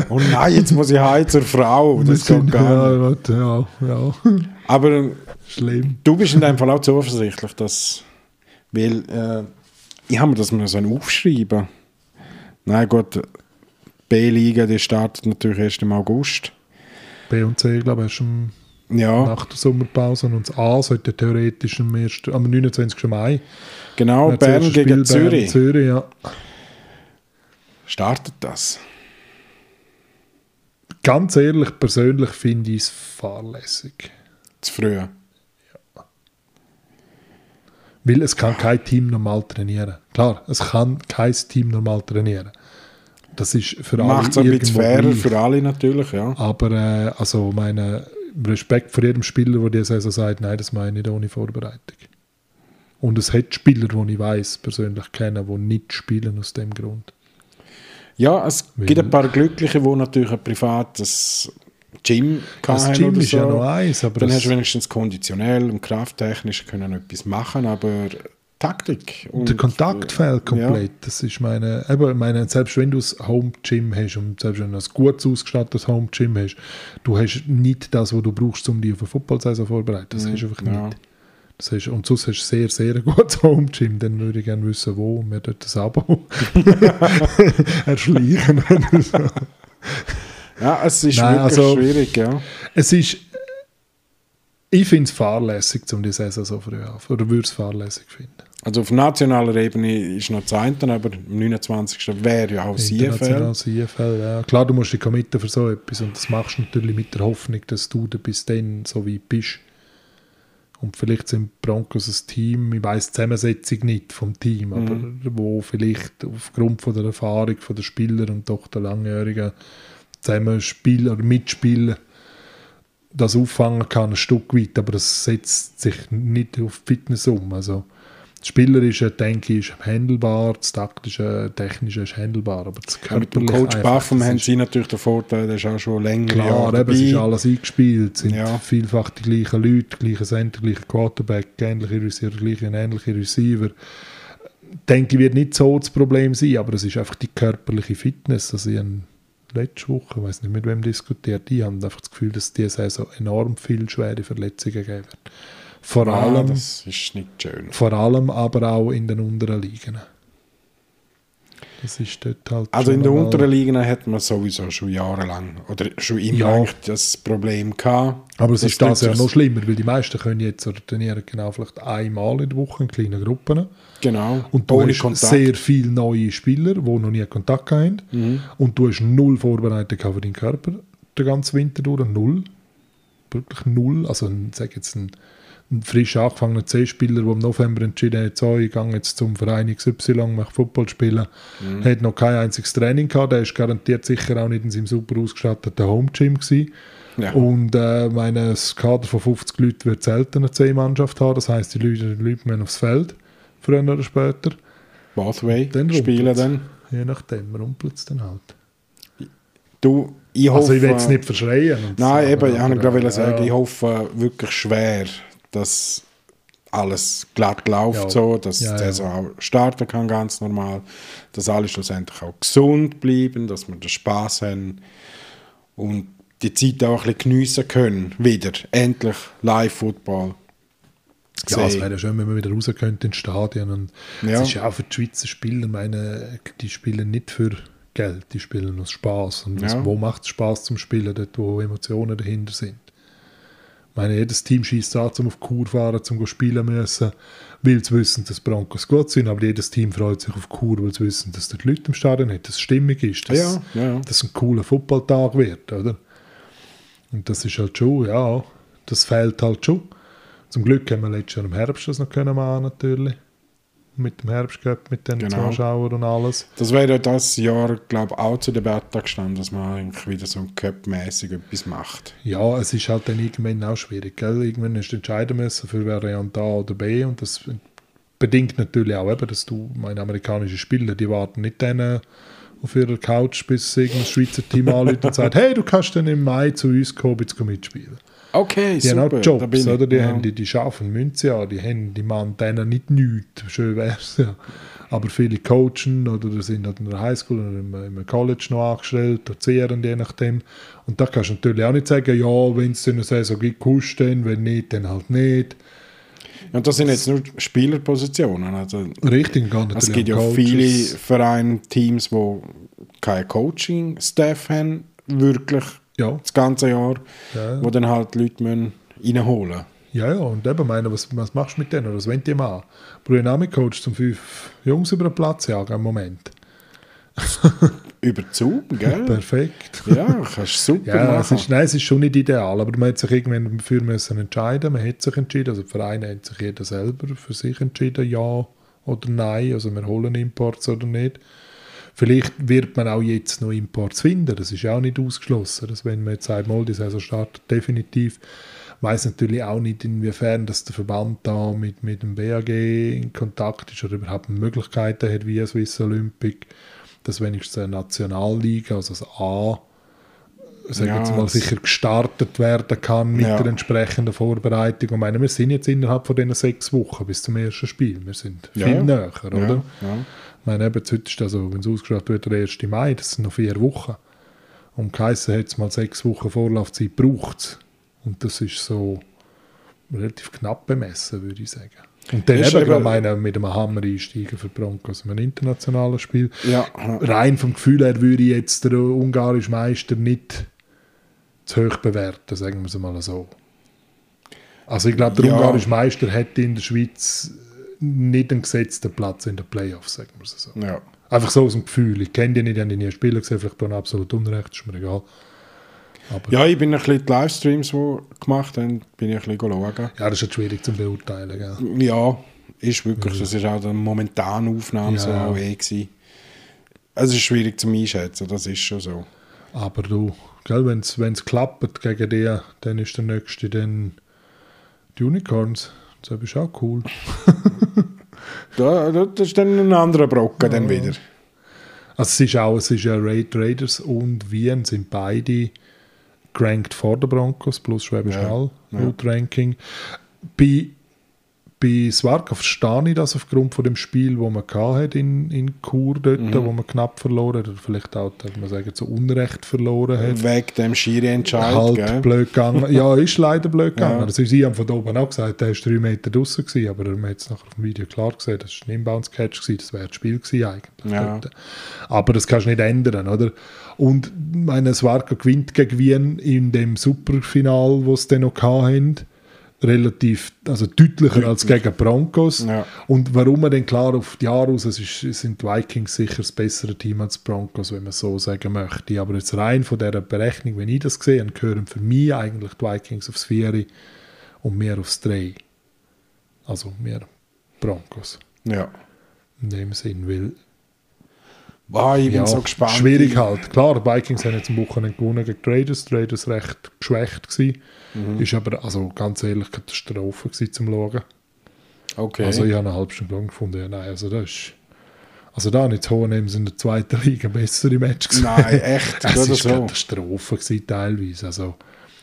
Oh nein, jetzt muss ich heim zur Frau.
Wir
Das
sind-
geht gar nicht.
ja, warte, ja, ja,
Aber
schlimm.
Du bist in dem Fall auch zuversichtlich, dass. Weil. Äh, ich habe mir das mal so aufschreiben. Nein, gut. B-Liga, die startet natürlich erst im August.
B und C, glaube äh, ich, ist am-
Ja,
nach der Sommerpause und das A sollte theoretisch am, 1., am 29. Mai.
genau.
Wäre das
Bern
erste Spiel,
gegen Zürich.
Zürich, ja.
Startet das?
Ganz ehrlich, persönlich finde ich es fahrlässig.
Zu früh.
Weil es kann kein Team normal trainieren. Klar, es kann kein Team normal trainieren. Das ist für alle
Macht es ein bisschen
irgendwo
fairer
gleich.
für alle natürlich, ja.
Aber äh, also meine Respekt vor jedem Spieler, der diese Saison sagt, nein, das meine ich nicht ohne Vorbereitung. Und es hat Spieler, die ich weiß persönlich kenne, die nicht spielen aus dem Grund.
Ja, es
Weil-
gibt ein paar Glückliche, die natürlich ein privates Gym
Das
gehabt
Gym
oder
ist ja noch eins, aber
Dann
das-
hast du wenigstens konditionell und krafttechnisch können etwas machen, aber Taktik und
der Kontakt fehlt komplett. Das ist meine, eben, ich meine, selbst wenn du ein Home Gym hast und selbst wenn du ein gut ausgestattetes Home Gym hast, du hast nicht das, was du brauchst, um dich auf eine Footballsaison vorzubereiten. Das hast du einfach
Mhm. ja.
nicht. Das hast, und sonst hast du sehr, sehr ein gutes Home Gym. Dann würde ich gerne wissen, wo und wir dort das Abo erschleichen. oder so.
ja, es ist
Nein,
wirklich
also-
schwierig, ja.
Es ist. Ich finde es fahrlässig, um die Saison so früh anzufangen. Oder würde es fahrlässig finden.
Also auf nationaler Ebene ist noch das eine, aber am 29. wäre ja auch das IFL.
International CFL, ja. Klar, du musst dich committen für so etwas und das machst du natürlich mit der Hoffnung, dass du da bis dann so weit bist. Und vielleicht sind die Broncos ein Team, ich weiss die Zusammensetzung nicht vom Team, aber wo vielleicht aufgrund von der Erfahrung von der Spieler und doch der langjährigen Zusammenspieler, oder Mitspieler, das auffangen kann ein Stück weit, aber das setzt sich nicht auf die Fitness um. Also das Spielerische, denke ich, ist handelbar, das Taktische, Technische ist handelbar, aber das
Ja, mit dem
Körperliche
Coach
einfach,
Buffum
das
haben
ist
sie natürlich den Vorteil, der ist auch schon länger
Klar,
Jahre
eben, es ist
dabei.
alles eingespielt, sind
Ja.
vielfach die gleichen Leute, gleiche Center, gleiche Quarterback, ähnliche Receiver, gleiche, ähnliche Receiver. Denke ich, wird nicht so das Problem sein, aber es ist einfach die körperliche Fitness, dass ich an- letzte Woche, ich weiß nicht mit wem diskutiert, die haben einfach das Gefühl, dass diese Saison enorm viel schwere Verletzungen geben wird. Vor
Ah,
allem,
das ist nicht schön.
vor allem aber auch in den unteren Ligen. Das ist dort halt
Also
schon
in der
einmal-
unteren Liga hat man sowieso schon jahrelang oder schon immer
Ja.
eigentlich das Problem gehabt.
Aber es
dass
ist das
die-
ja noch schlimmer, weil die meisten können jetzt oder trainieren genau vielleicht einmal in der Woche in kleinen Gruppen.
Genau.
Und du hast sehr viele neue Spieler, die noch nie Kontakt hatten. Und du hast null Vorbereitung gehabt für deinen Körper den ganzen Winter durch. Null. Wirklich null. Also ein- sag jetzt ein, ein frisch angefangener C-Spieler, der im November entschieden hat, so, ich gehe jetzt zum Verein XY, mache Football spielen,
Mhm.
hat noch kein einziges Training gehabt. Der ist garantiert sicher auch nicht in seinem super ausgestatteten Home-Gym gewesen.
Ja.
Und äh, meine, das Kader von 50 Leuten wird selten eine C-Mannschaft haben. Das heisst, die Leute, die Leute müssen aufs Feld, früher oder später.
Pathway
Dann
spielen
rumpelt's.
dann.
Je nachdem, rumpelt es dann halt.
Du, ich hoffe...
Also ich will es nicht verschreien. und
Nein,
so,
eben, ich
aber,
wollte gerade
äh,
sagen, ich
ja.
hoffe wirklich schwer, dass alles glatt läuft,
Ja.
so, dass
Ja,
die
ja.
Saison auch starten kann, ganz normal, dass alle schlussendlich auch gesund bleiben, dass wir den Spaß haben und die Zeit auch ein bisschen geniessen können, wieder, endlich Live-Football.
Ja, es
sehen.
wäre ja schön, wenn man wieder raus könnte ins Stadion. Und
Ja.
Es ist ja auch für die Schweizer Spieler, ich meine, die spielen nicht für Geld, die spielen aus Spaß. Und
Ja.
was, wo macht es Spaß zum Spielen? Dort, wo Emotionen dahinter sind. Ich meine, jedes Team schießt an, um auf die Kur fahren, um zu spielen müssen, weil sie wissen, dass die Broncos gut sind. Aber jedes Team freut sich auf die Kur, weil sie wissen, dass dort Leute im Stadion hat, dass es stimmig ist, dass,
Ja, ja, ja.
dass ein cooler Footballtag wird, oder? Und das ist halt schon, ja, das fehlt halt schon. Zum Glück haben wir letztes Jahr im Herbst das noch können machen, natürlich. Mit dem Herbstcup, mit den
Genau.
Zuschauern und alles.
Das wäre ja das Jahr, glaube ich, auch zu Debatte gestanden, dass man eigentlich wieder so Cup-mäßig etwas macht.
Ja, es ist halt dann irgendwann auch schwierig. Gell? Irgendwann hast du entscheiden müssen, für Variante A oder B. Und das bedingt natürlich auch eben, dass du, meine amerikanischen Spieler, die warten nicht dann äh, auf ihrer Couch, bis irgendein Schweizer Team anruft und sagt, hey, du kannst dann im Mai zu uns kommen, jetzt komm mitspielen.
Okay,
Die haben
super.
auch
da
Jobs,
bin ich.
oder? Die,
Ja.
haben, die, die arbeiten, müssen sie ja. Die haben, die machen denen nicht nichts. Schön wäre es ja. Aber viele coachen oder die sind halt in der Highschool oder im, im College noch angestellt, Erziehern, je nachdem. Und da kannst du natürlich auch nicht sagen, ja, wenn es dann eine Saison gibt, kannst du dann, wenn nicht, dann halt nicht.
Und das sind jetzt nur Spielerpositionen. Also,
Richtig, gar nicht.
es gibt ja viele Vereine, Teams, die kein Coaching-Staff haben, wirklich
Ja.
das ganze Jahr,
Ja.
wo dann halt Leute müssen reinholen müssen.
Ja, ja, und eben, meine, was, was machst du mit denen? Was wollen die machen? Brühen auch mit Coach zum fünf Jungs über den Platz jagen im Moment.
Über Zoom, gell?
Perfekt.
ja, kannst du super
Ja, es
machen.
ist, nein, es ist schon nicht ideal, aber man hat sich irgendwann dafür müssen entscheiden. Man hat sich entschieden, also die Vereine haben sich jeder selber für sich entschieden, ja oder nein, also wir holen Imports oder nicht. Vielleicht wird man auch jetzt noch Imports finden, das ist ja auch nicht ausgeschlossen, dass wenn man jetzt sagt, mal, die Saison startet definitiv, weiß natürlich auch nicht, inwiefern dass der Verband da mit, mit dem BAG in Kontakt ist oder überhaupt Möglichkeiten hat, wie Swiss Olympic, dass wenigstens eine Nationalliga, also das A, sagen wir
Ja,
jetzt mal,
das-
sicher gestartet werden kann mit
Ja.
der entsprechenden Vorbereitung. Ich meine, wir sind jetzt innerhalb von diesen sechs Wochen bis zum ersten Spiel. Wir sind
Ja,
viel
ja.
näher, oder?
Ja, ja.
Ich meine, eben, heute ist also, wenn es ausgeschaut wird, der 1. Mai, das sind noch vier Wochen. Und Kaiser hat es mal sechs Wochen Vorlaufzeit gebraucht. Und das ist so relativ knapp bemessen, würde ich sagen. Und dann
Ist
eben,
eben-
glaube ich, einer mit einem Hammer einsteigen für die Broncos in einem internationalen Spiel.
Ja,
Rein vom Gefühl her würde ich jetzt den ungarischen Meister nicht zu hoch bewerten, sagen wir es mal so. Also ich glaube, der
Ja.
ungarische Meister hätte in der Schweiz nicht einen gesetzten Platz in den Playoffs, sagen wir es so.
ja.
Einfach so aus dem Gefühl. Ich kenne die nicht, ich habe die nie spielen gesehen, vielleicht tun absolut Unrecht, ist mir egal. Aber ja,
Ja, ich bin ein bisschen die Livestreams, die gemacht haben, bin ich ein bisschen schauen.
das ist jetzt schwierig zu beurteilen. Gell?
Ja, ist wirklich, das ist auch eine momentane Aufnahme,
Mhm. Ja.
so auch eh gewesen. Es ist schwierig zum Einschätzen, das ist schon so.
Aber du, wenn es klappt gegen die, dann ist der nächste dann die Unicorns. Das ist auch cool.
Da, da- das ist dann ein anderer Brocken dann wieder.
Also es ist auch, es ist ja Raid Raiders und Wien sind beide gerankt vor den Broncos, plus Schwäbisch
Ja,
Hall,
ja.
Root Ranking. Bei, bei Swarkov verstehe ich das aufgrund von dem Spiel, wo man hatte in, in Chur dort,
Mhm.
wo man knapp verloren hat, oder vielleicht auch, darf man sagen, zu Unrecht verloren hat.
Wegen dem Schiri-Entscheid,
halt
gell?
blöd gegangen. Ja, ist leider blöd gegangen.
Ja.
Also, sie haben von da oben auch gesagt, der ist drei Meter draußen gewesen, aber wir haben jetzt nachher auf dem Video klar gesehen, das war ein Inbounds-Catch, gewesen, das wäre das Spiel gewesen eigentlich.
Ja.
dort. Aber das kannst du nicht ändern, oder? Und meine Swarka gewinnt gegen Wien in dem Superfinal, wo sie dann noch hatten, relativ, also deutlicher als gegen Broncos.
Ja.
Und warum man dann klar auf die Jahre aus, es, ist, es sind die Vikings sicher das bessere Team als die Broncos, wenn man so sagen möchte. Aber jetzt rein von dieser Berechnung, wenn ich das sehe, dann gehören für mich eigentlich die Vikings aufs 4 und mehr aufs 3. Also mehr Broncos.
Ja.
In dem Sinn, weil
Wow, Ah, ich bin
ja,
so gespannt.
schwierig halt. Klar, die Vikings haben jetzt am Wochenende gewonnen gegen die Raiders. Die Raiders recht geschwächt gewesen.
Mhm.
Ist aber, also ganz ehrlich, Katastrophe gewesen zum Schauen.
Okay.
Also ich habe eine halbe Stunde lang gefunden. Ja, nein, also das ist... Also da nicht Hohenems in der zweiten Liga bessere Match gesehen.
Nein, echt,
es
oder
war
so.
Katastrophe gewesen, teilweise. Also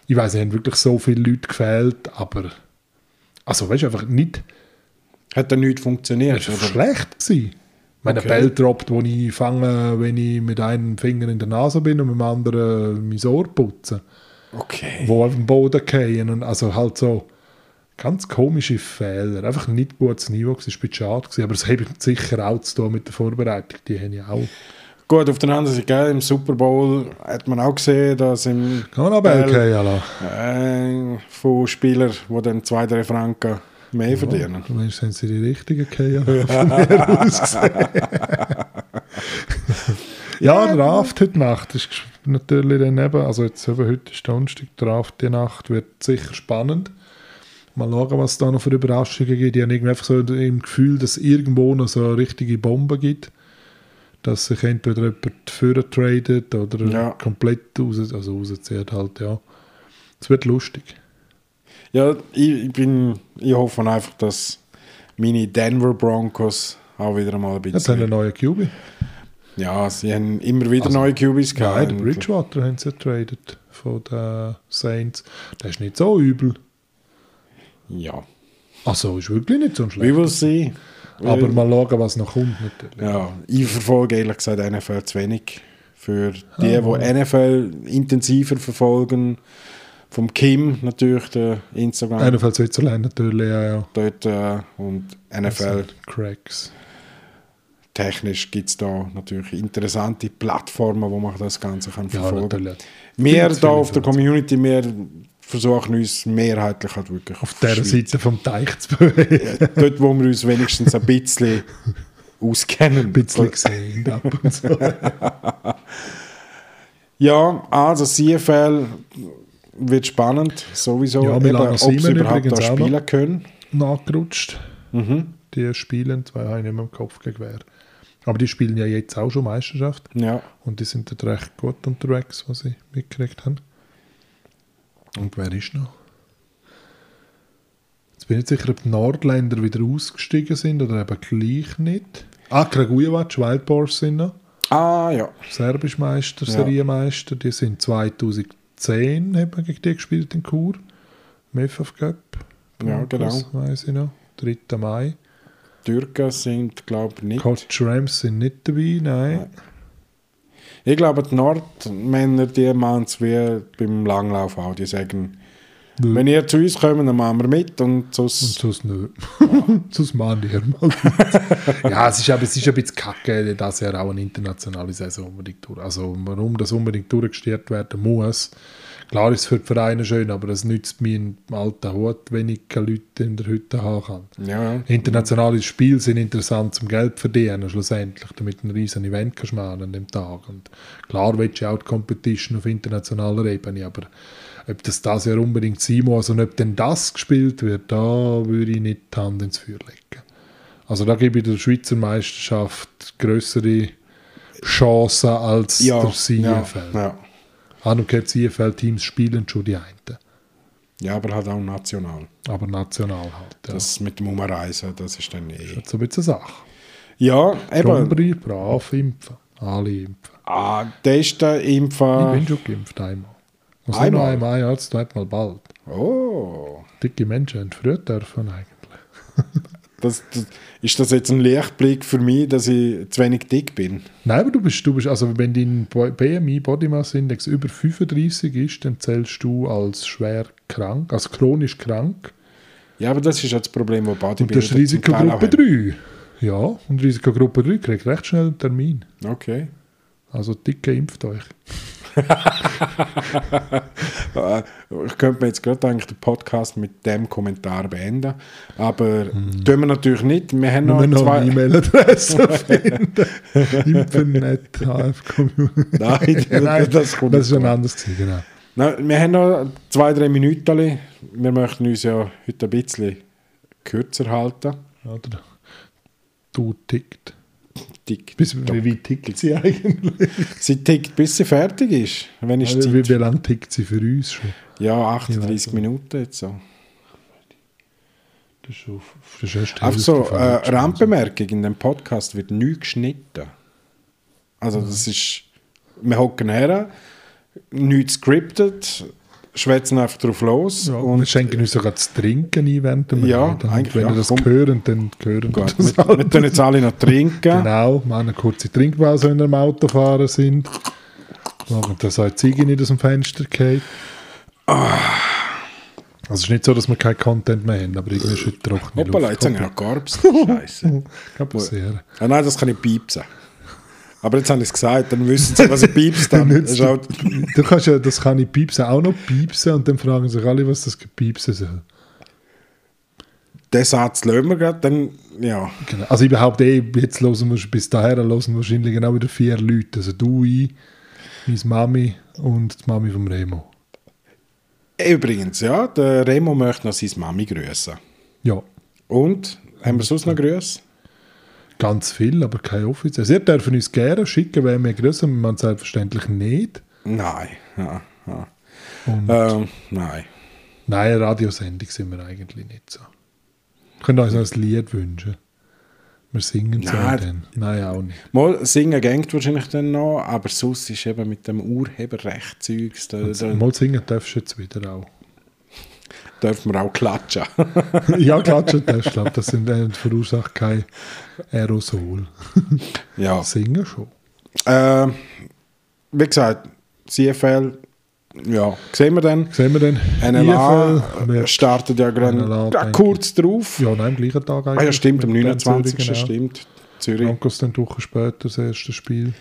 ich weiß, es haben wirklich so viele Leute gefehlt, aber... Also weißt du, einfach nicht...
Hat dann nichts
Es
funktioniert,
war
oder?
schlecht. Gewesen. Wenn
Okay.
ein Bell droppt, wo ich fange, wenn ich mit einem Finger in der Nase bin und mit dem anderen mein Ohr putze,
Okay.
wo auf dem Boden fallen. Und also halt so ganz komische Fehler. Einfach nicht gutes Niveau, es war schade. gewesen. Aber es hat sicher auch zu tun mit der Vorbereitung. Die haben ja auch.
Gut, auf der anderen Seite, gell, im Super Bowl hat man auch gesehen, dass im
Kann man auch Bell
Bell-
fallen lassen.
äh, von Spielern, die dann zwei, drei Franken mehr verdienen.
Du meinst, haben sie die richtigen Keier von mir aus gesehen? ja, der Draft heute Nacht ist natürlich daneben. Also jetzt eben heute ist Donnerstag, der Draft die Nacht wird sicher spannend. Mal schauen, was es da noch für Überraschungen gibt. Ich habe irgendwie einfach so im Gefühl, dass es irgendwo noch so eine richtige Bombe gibt. Dass sich entweder jemand vorher tradet oder
Ja.
komplett raus, also rauszieht halt, ja. Es wird lustig.
Ja, ich, ich, bin, ich hoffe einfach, dass meine Denver Broncos auch wieder mal ein
Jetzt haben wir
bisschen.
einen neuen QB.
Ja, sie haben immer wieder
Also,
neue Cubis
Nein, den
gehabt.
Bridgewater haben sie ja getradet von den Saints. Der ist nicht so übel.
Ja,
Also ist wirklich nicht so
we
schlecht.
will see.
Aber mal schauen, was noch kommt natürlich.
Ja, ich verfolge ehrlich gesagt NFL zu wenig. Für die,
Ah.
die NFL intensiver verfolgen, vom Kim natürlich, der Instagram,
Ja. NFL Switzerland natürlich, ja, ja.
dort äh, und
Das
NFL
sind Cracks.
technisch gibt es da natürlich interessante Plattformen, wo man das Ganze kann
Ja,
verfolgen
natürlich.
Wir
Viel zu
da
viel
auf der Community, wir versuchen uns mehrheitlich halt wirklich
Auf dieser
Schweiz-
Seite vom Teich zu bewegen.
Dort, wo wir uns wenigstens ein bisschen auskennen.
Ein bisschen gesehen ab und zu.
Ja, also CFL wird spannend, sowieso.
Ja,
Eben,
Milano
ob sie
Simon
überhaupt
übrigens
da
auch noch.
spielen können.
Nachgerutscht. Die spielen, zwei habe ich nicht mehr im Kopf gegen wer. Aber die spielen ja jetzt auch schon Meisterschaft.
Ja,
Und die sind dort recht gut unterwegs, was sie mitgekriegt haben. Und wer ist noch? Jetzt bin ich nicht sicher, ob die Nordländer wieder ausgestiegen sind oder eben gleich nicht. Ah, Kragujevac, Wild Boars sind noch.
Ah, ja.
Serbisch Meister,
Ja.
Serienmeister. Die sind 2010 hat man gegen die gespielt in Chur. Im FF Cup.
Ja, genau.
Weiß ich noch. 3. Mai.
Türken sind, glaube ich, nicht.
Coach Rams sind nicht dabei, nein.
Nein. Ich glaube, die Nordmänner, die machen es wie beim Langlauf auch. Die sagen,
Nö.
wenn ihr zu uns kommt, dann machen wir mit und
Und
sonst...
sonst nicht. sonst machen die mal. ja, es ist, aber, es ist ein bisschen kacke, dass er auch eine internationale Saison unbedingt durch. Also, warum das unbedingt durchgestört werden muss. Klar ist es für die Vereine schön, aber es nützt mir im alten Hut, wenn ich keine Leute in der Hütte haben kann.
Ja, ja.
Internationale Spiele sind interessant zum Geld verdienen, schlussendlich, damit du ein riesen Event kannst machen an dem Tag. Und klar willst du auch die Competition auf internationaler Ebene, aber ob das das ja unbedingt sein muss und ob denn das gespielt wird, da würde ich nicht die Hand ins Feuer legen. Also da gebe ich der Schweizer Meisterschaft größere Chancen als
Ja,
der
ja,
CFL.
ja.
Ah, und die CFL-Teams spielen schon die einen,
ja, aber halt auch national.
aber national halt. Ja. Das
Das mit dem Umreisen, das ist dann eh...
ist so ein bisschen eine Sache.
Ja, eben.
Dombri, brav impfen. Alle impfen.
Ah, testen,
Ich bin
impfen...
schon geimpft einmal. Also einmal?
Ah. Einmal?
Noch einmal, ja, das zweite Mal bald.
Oh...
Dicke Menschen haben früher dürfen eigentlich.
Das, das, ist das jetzt ein Lichtblick für mich, dass ich zu wenig dick bin?
Nein, aber du bist, du bist also wenn dein Bo- BMI, Body Mass Index, über 35 ist, dann zählst du als schwer krank, als chronisch krank.
Ja, aber das ist ja das Problem, wo
Und das
Bodybuilder
ist
zum Teil auch
Risikogruppe
haben.
3. Ja, und Risikogruppe 3 kriegt recht schnell einen Termin.
Okay.
Also dicke impft euch.
Äh, Ich könnte mir jetzt gerade eigentlich den Podcast mit dem Kommentar beenden, aber tun wir natürlich nicht. Wir haben
Nur
noch
Hm. noch eine
zwei...
E-Mail-Adresse finden. Impfen.net, HF-Community.
Nein,
Nein,
das kommt
Das ist
nicht
ein
vor.
anderes gewesen, genau.
Nein, wir haben noch zwei, drei Minuten. Wir möchten uns ja heute ein bisschen kürzer halten.
Oder du tickt.
Tick.
Bis, wie, wie tickt sie eigentlich?
Sie tickt, bis sie fertig ist. Wenn ich
Also, wie, wie lange tickt sie für uns schon?
Ja, 38
also.
Minuten jetzt so.
Das ist schon das ist erst
Auch
Hälfte
so,
von
äh,
letztem Mal.
Randbemerkung, in dem Podcast wird nie geschnitten. Also das ist, wir hocken her, nichts scriptet, schwätzen einfach drauf los
Ja, und wir
und
schenken uns sogar zu trinken ein, während wir
Ja,
reden. Und
eigentlich,
Wenn
ja,
ihr das
komm.
hören, dann hören wir
gut,
das
wir, wir
halt.
tun jetzt alle noch trinken.
Genau, machen eine kurze Trinkpause, wenn wir am Auto fahren sind. Machen das auch die Ziege nicht aus dem Fenster geht.
Ah.
Also es ist nicht so, dass wir keinen Content mehr haben, aber irgendwie ist heute trockene
Hoppala,
Luft.
jetzt haben wir noch Garbs. Scheiße.
Kann passieren.
ah, nein, das kann ich piepsen. Aber jetzt habe ich es gesagt, dann wissen sie, was ich piepse. Dann. Das ist halt,
Du kannst ja, das kann ich piepsen, auch noch piepsen und dann fragen sich alle, was das gepiepsen soll.
den Satz lösen wir gerade, dann, ja.
Genau. Also ich behaupte eh, jetzt hören wir, bis daher hören wahrscheinlich genau wieder vier Leute. Also du, ich, meine Mami und die Mami vom Remo.
Übrigens, ja, der Remo möchte noch seine Mami grüßen.
Ja,
Und, haben wir sonst noch Grüße?
ganz viel, aber kein Office. Also ihr dürfen uns gerne schicken, wenn wir grüßen, wir machen es selbstverständlich nicht.
Nein. Ja, ja.
Und
Ähm, nein.
nein, eine Radiosendung sind wir eigentlich nicht so. Wir können uns noch ein Lied wünschen. Wir singen es
Nein.
auch dann. Nein, auch nicht.
Mal singen gängt wahrscheinlich dann noch, aber sonst ist eben mit dem Urheberrecht Zeugs, da, da
Mal singen darfst du jetzt wieder auch.
dürfen wir auch klatschen.
Ja, klatschen darfst du. Ich glaube, das sind, äh, verursacht kein Aerosol.
ja.
Singen schon.
Ähm, wie gesagt, CFL, ja, sehen wir dann.
Sehen wir denn?
NLA
IFL, wir-
startet ja
NLA
gerade gerade
denke
kurz drauf. Ja,
ja, nein, am gleichen Tag eigentlich.
ah, ja stimmt, am
Mit Bern
29.
Zürich, genau.
stimmt. Zürich.
Broncos dann Wochen später das erste Spiel.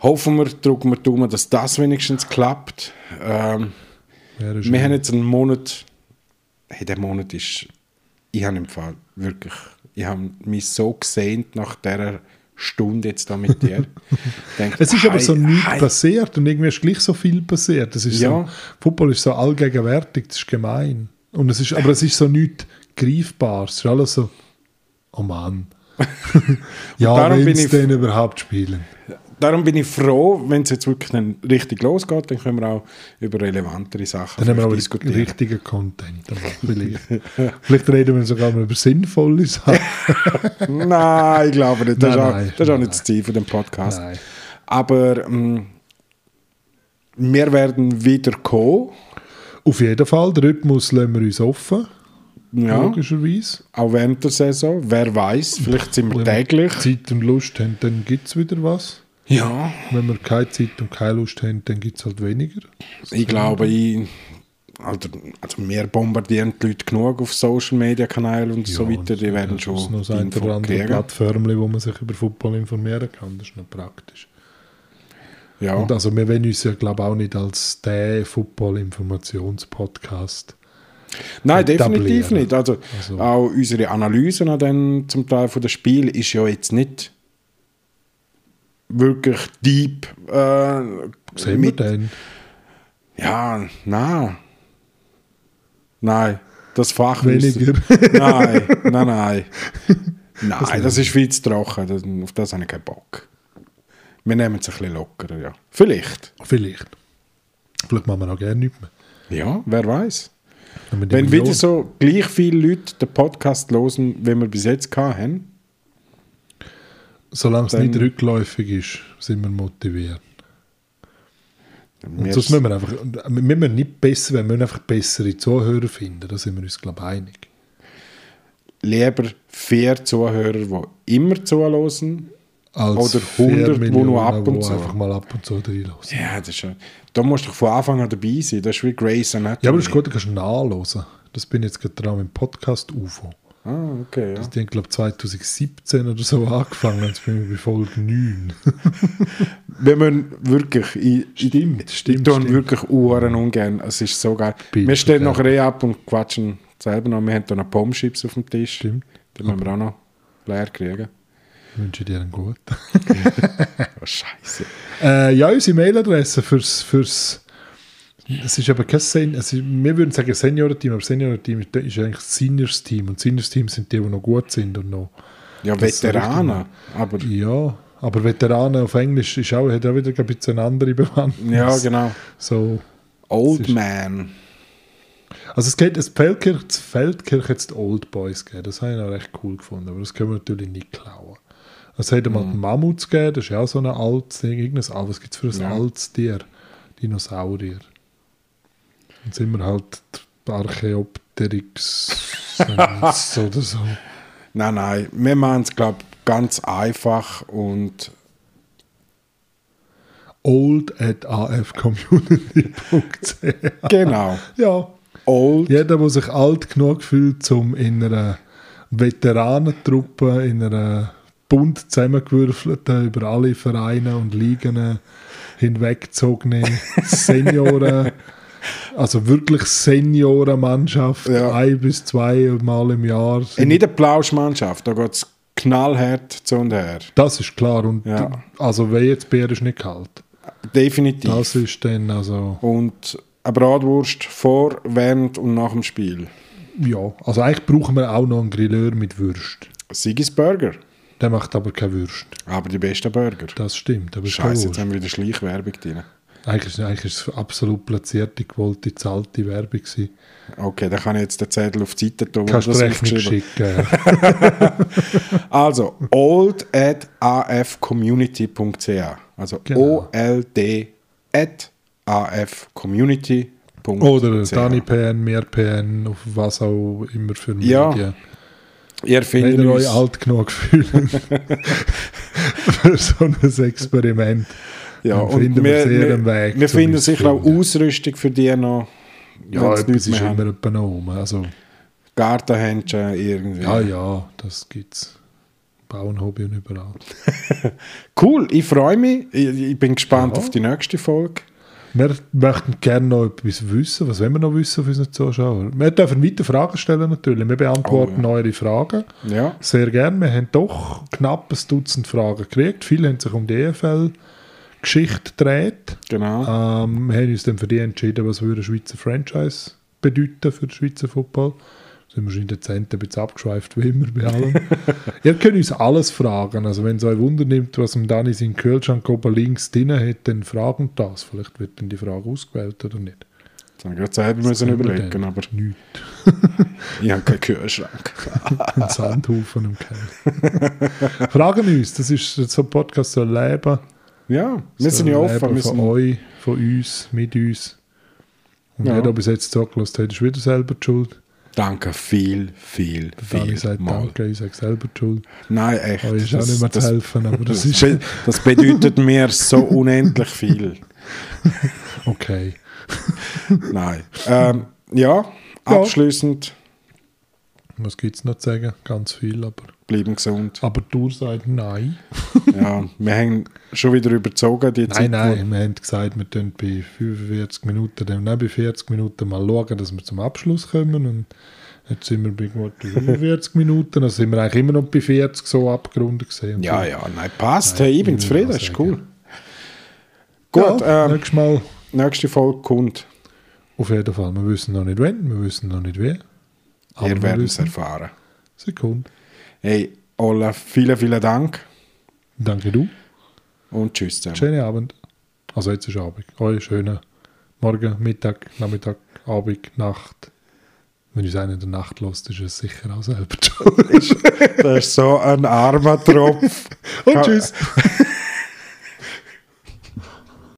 Hoffen wir, drücken wir die Daumen, dass das wenigstens klappt. Ähm,
Wäre schön.
Wir haben jetzt einen Monat. Hey, der Monat ist. Ich habe im Fall wirklich. Ich habe mich so gesehnt nach dieser Stunde jetzt da mit dir. Denkt,
es ist aber
hei,
so nichts
hei.
passiert und irgendwie ist gleich so viel passiert. Das ist
Ja.
so, Football ist so allgegenwärtig, das ist gemein. Und es ist, aber es ist so nichts greifbar. Es ist alles so, oh Mann. ja,
darum
wenn
bin
sie
ich-
den überhaupt spielen.
Darum bin ich froh, wenn es jetzt wirklich dann richtig losgeht, dann können wir auch über relevantere Sachen
Dann haben wir aber den
diskutieren.
richtigen Content. aber Vielleicht. vielleicht reden wir sogar mal über sinnvolle Sachen.
Nein, ich glaube nicht. Das
Nein,
ist auch,
nein,
das ist auch
nein.
nicht das Ziel von dem Podcast.
Nein.
Aber ähm, wir werden wieder kommen.
Auf jeden Fall, den Rhythmus lassen wir uns offen,
Ja,
logischerweise.
auch während der Saison. Wer weiß, vielleicht sind wir
Wenn
täglich.
wir Zeit und Lust haben, dann gibt es wieder was.
Ja,
Wenn wir keine Zeit und keine Lust haben, dann gibt es halt weniger.
ich glaube, ich, also, also wir bombardieren die Leute genug auf Social Media Kanälen und so weiter. Die werden
Das ist
schon
noch das eine
Info
oder andere
kriegen.
Plattform, wo man sich über Football informieren kann. Das ist noch praktisch.
Ja,
Und also wir wollen uns ja, glaube ich, auch nicht als der Football-Informations-Podcast.
Nein,
etablieren.
definitiv nicht. Also,
E, Also.
auch unsere Analysen an den, zum Teil von den Spielen ist ja jetzt nicht wirklich deep. Äh,
Sehen wir den?
ja, nein. Nein, das Fach
Weniger.
Nein, nein, nein. Nein, das ist viel zu trocken. Das, auf das habe ich keinen Bock. Wir nehmen es ein bisschen lockerer, ja. Vielleicht.
Vielleicht. Vielleicht machen wir auch gerne nichts mehr.
Ja, wer weiß.
Wenn, wir die
Wenn
Million-
wieder so gleich viele Leute den Podcast hören, wie wir bis jetzt hatten,
Solange es
dann-
nicht rückläufig ist, sind wir motiviert. Und
Wir-
sonst müssen wir einfach, wir müssen nicht besser, werden, wir müssen einfach bessere Zuhörer finden. Da sind wir uns, glaube ich, einig.
lieber vier Zuhörer, die immer zuhören.
Als
Oder
vier
100, wo
Millionen,
nur ab und
wo
zu.
einfach mal ab und zu reinlassen.
Ja, das ist schon. Da musst du von Anfang an dabei sein. Das ist wie Grace Anatomy.
Ja, aber das ist gut, du kannst nachlesen. Das bin ich jetzt gerade dran mit dem Podcast UFO.
Ah, okay, ja.
Die haben, glaube ich, 2017 oder so angefangen. Jetzt bin ich bei Folge 9.
Wenn man wirklich. Ich,
Stimmt,
ich
stimmt,
tue
stimmt.
wirklich Uhren ungern. Es ist so geil.
Bitte,
wir stehen
ja.
noch nachher eh ab und quatschen selber noch. Wir haben da noch Pommeschips auf dem Tisch.
Stimmt.
Die müssen wir auch noch leer kriegen.
Ich wünsche dir einen guten.
Oh, Scheiße.
Äh, ja, unsere Mailadresse fürs, fürs es ist aber kein Sen es ist, wir würden sagen Seniorenteam, aber Seniorenteam ist, ist eigentlich das Seniors-Team und Seniors-Team sind die, die noch gut sind und noch,
Ja,
Das ist
Veteranen. Aber.
ja, aber Veteranen auf Englisch ist auch, hat auch wieder ein bisschen eine andere Bewandtnis.
Ja, genau.
So,
Old
Das ist-
Man.
also es geht, das Feldkirch, das Feldkirch hat es die Old Boys gegeben, das habe ich noch recht cool gefunden, aber das können wir natürlich nicht klauen. Es hat einmal den Mammut gegeben, das ist ja auch so ein altes Ding, irgendein altes, was gibt es für ein
Ja.
altes Tier? Dinosaurier. Dann sind wir halt die Archaeopteryx oder so.
Nein, nein, wir machen es, glaube ich, ganz einfach und
Old at afcommunity.ch
genau.
Ja,
Old,
jeder, der sich alt genug fühlt, um in einer Veteranentruppe, in einer bunt zusammengewürfelten, über alle Vereine und Ligen hinweggezogenen Senioren, also wirklich Seniorenmannschaft,
Ja.
ein bis zwei Mal im Jahr.
äh, nicht eine Plauschmannschaft, da geht es knallhart zu und her.
Das ist klar. Und
Ja.
also wer jetzt Bier ist nicht kalt.
Definitiv.
Das ist dann also
Und eine Bratwurst vor, während und nach dem Spiel.
ja. Also eigentlich brauchen wir auch noch einen Grilleur mit Würst.
Sigis Burger,
Der macht aber keine Würst.
aber die besten Burger.
Das stimmt. Aber es ist keine
Scheiße,
Wurst.
jetzt haben wir wieder Schleichwerbung drin.
Eigentlich, eigentlich ist es absolut platzierte, gewollte, zahlte Werbung. Gewesen.
Okay, dann kann ich jetzt den Zettel auf die Seite tun. wo
Kannst du
das
Rechnung
aufgeschrieben-
schicken. ja.
Also, old at afcommunity.ch. Also,
Genau.
old at afcommunity.ch.
Oder äh, Dani PN, mir PN, auf was auch immer für
Ja,
Medien.
Ihr
Wenn
findet
ihr
uns.
euch halt, alt genug fühlt für so ein Experiment.
ja,
dann
und
finden wir
wir,
sehr einen
wir,
Weg,
wir
um
finden
uns
sicher auch
finden.
Ausrüstung für die noch.
Ja,
wenn's
etwas
nichts
ist
mehr
immer
haben.
jemand noch rum. Also,
Gartenhändchen irgendwie.
ja, ja, das gibt es. Bauernhobby und überall.
Cool, ich freue mich. Ich, ich bin gespannt
Ja.
auf die nächste Folge.
Wir möchten gerne noch etwas wissen. Was wollen wir noch wissen von unseren Zuschauern? Wir dürfen weiter Fragen stellen natürlich. Wir beantworten eure Fragen.
Ja,
Sehr gern. Wir haben doch knapp ein Dutzend Fragen gekriegt. Viele haben sich um die EFL-Geschichte gedreht. Ah.
genau.
Ähm, wir haben uns dann für die entschieden, was würde ein Schweizer Franchise bedeuten für den Schweizer Football. sind wir schon in den Zenten ein bisschen abgeschweift, wie immer bei allem. Ihr könnt uns alles fragen. Also wenn es euch Wunder nimmt, was am Dani seinen Kühlschrank oben links drin hat, dann fragen das. Vielleicht wird dann die Frage ausgewählt oder nicht.
Das haben wir gerade selber müssen
können wir
überlegen,
dann.
aber
Nichts.
ich habe keinen Kühlschrank.
Ein Sandhaufen im Keller. fragen uns, das ist so ein Podcast soll leben.
Ja, wir
soll
sind ja
leben
offen. Wir
Von
sind,
euch, von uns, mit uns. Und
Ja.
jeder, der bis jetzt zugelassen hat, ist wieder selber die schuld.
danke viel, viel,
Dani
viel
sagt
mal.
Danke, ich sage selber die schuld.
Nein, echt.
Euch ist auch nicht mehr zu helfen, aber das ist
be- das bedeutet mir so unendlich viel.
okay.
Nein. Ähm, ja,
Ja.
abschließend,
Was gibt es noch zu sagen? Ganz viel, aber.
bleiben gesund.
Aber du sagst nein.
Ja, wir haben schon wieder überzogen die
Nein,
Zeit.
nein, wir haben gesagt, wir tun bei 45 Minuten, dann nein, bei 40 Minuten mal schauen, dass wir zum Abschluss kommen. Und jetzt sind wir bei gut 45 Minuten, also sind wir eigentlich immer noch bei 40 so abgerundet gesehen.
Ja, ja, nein, passt. hey, ich bin
Nein,
zufrieden,
ich
ist
will
cool. Gut,
ja,
ähm,
nächstes Mal
nächste Folge kommt.
auf jeden Fall. Wir wissen noch nicht wann, wir wissen noch nicht wer. Aber
Ihr werdet es
wissen-
erfahren.
Sekunde.
Hey, Olaf, vielen, vielen Dank
Danke du.
und tschüss zusammen.
Schönen Abend. Also jetzt ist Abend. Euer schönen Morgen, Mittag, Nachmittag, Abend, Nacht. Wenn uns einer in der Nacht lässt, ist es sicher auch selber schuld.
Das ist so ein armer Tropf.
Und tschüss.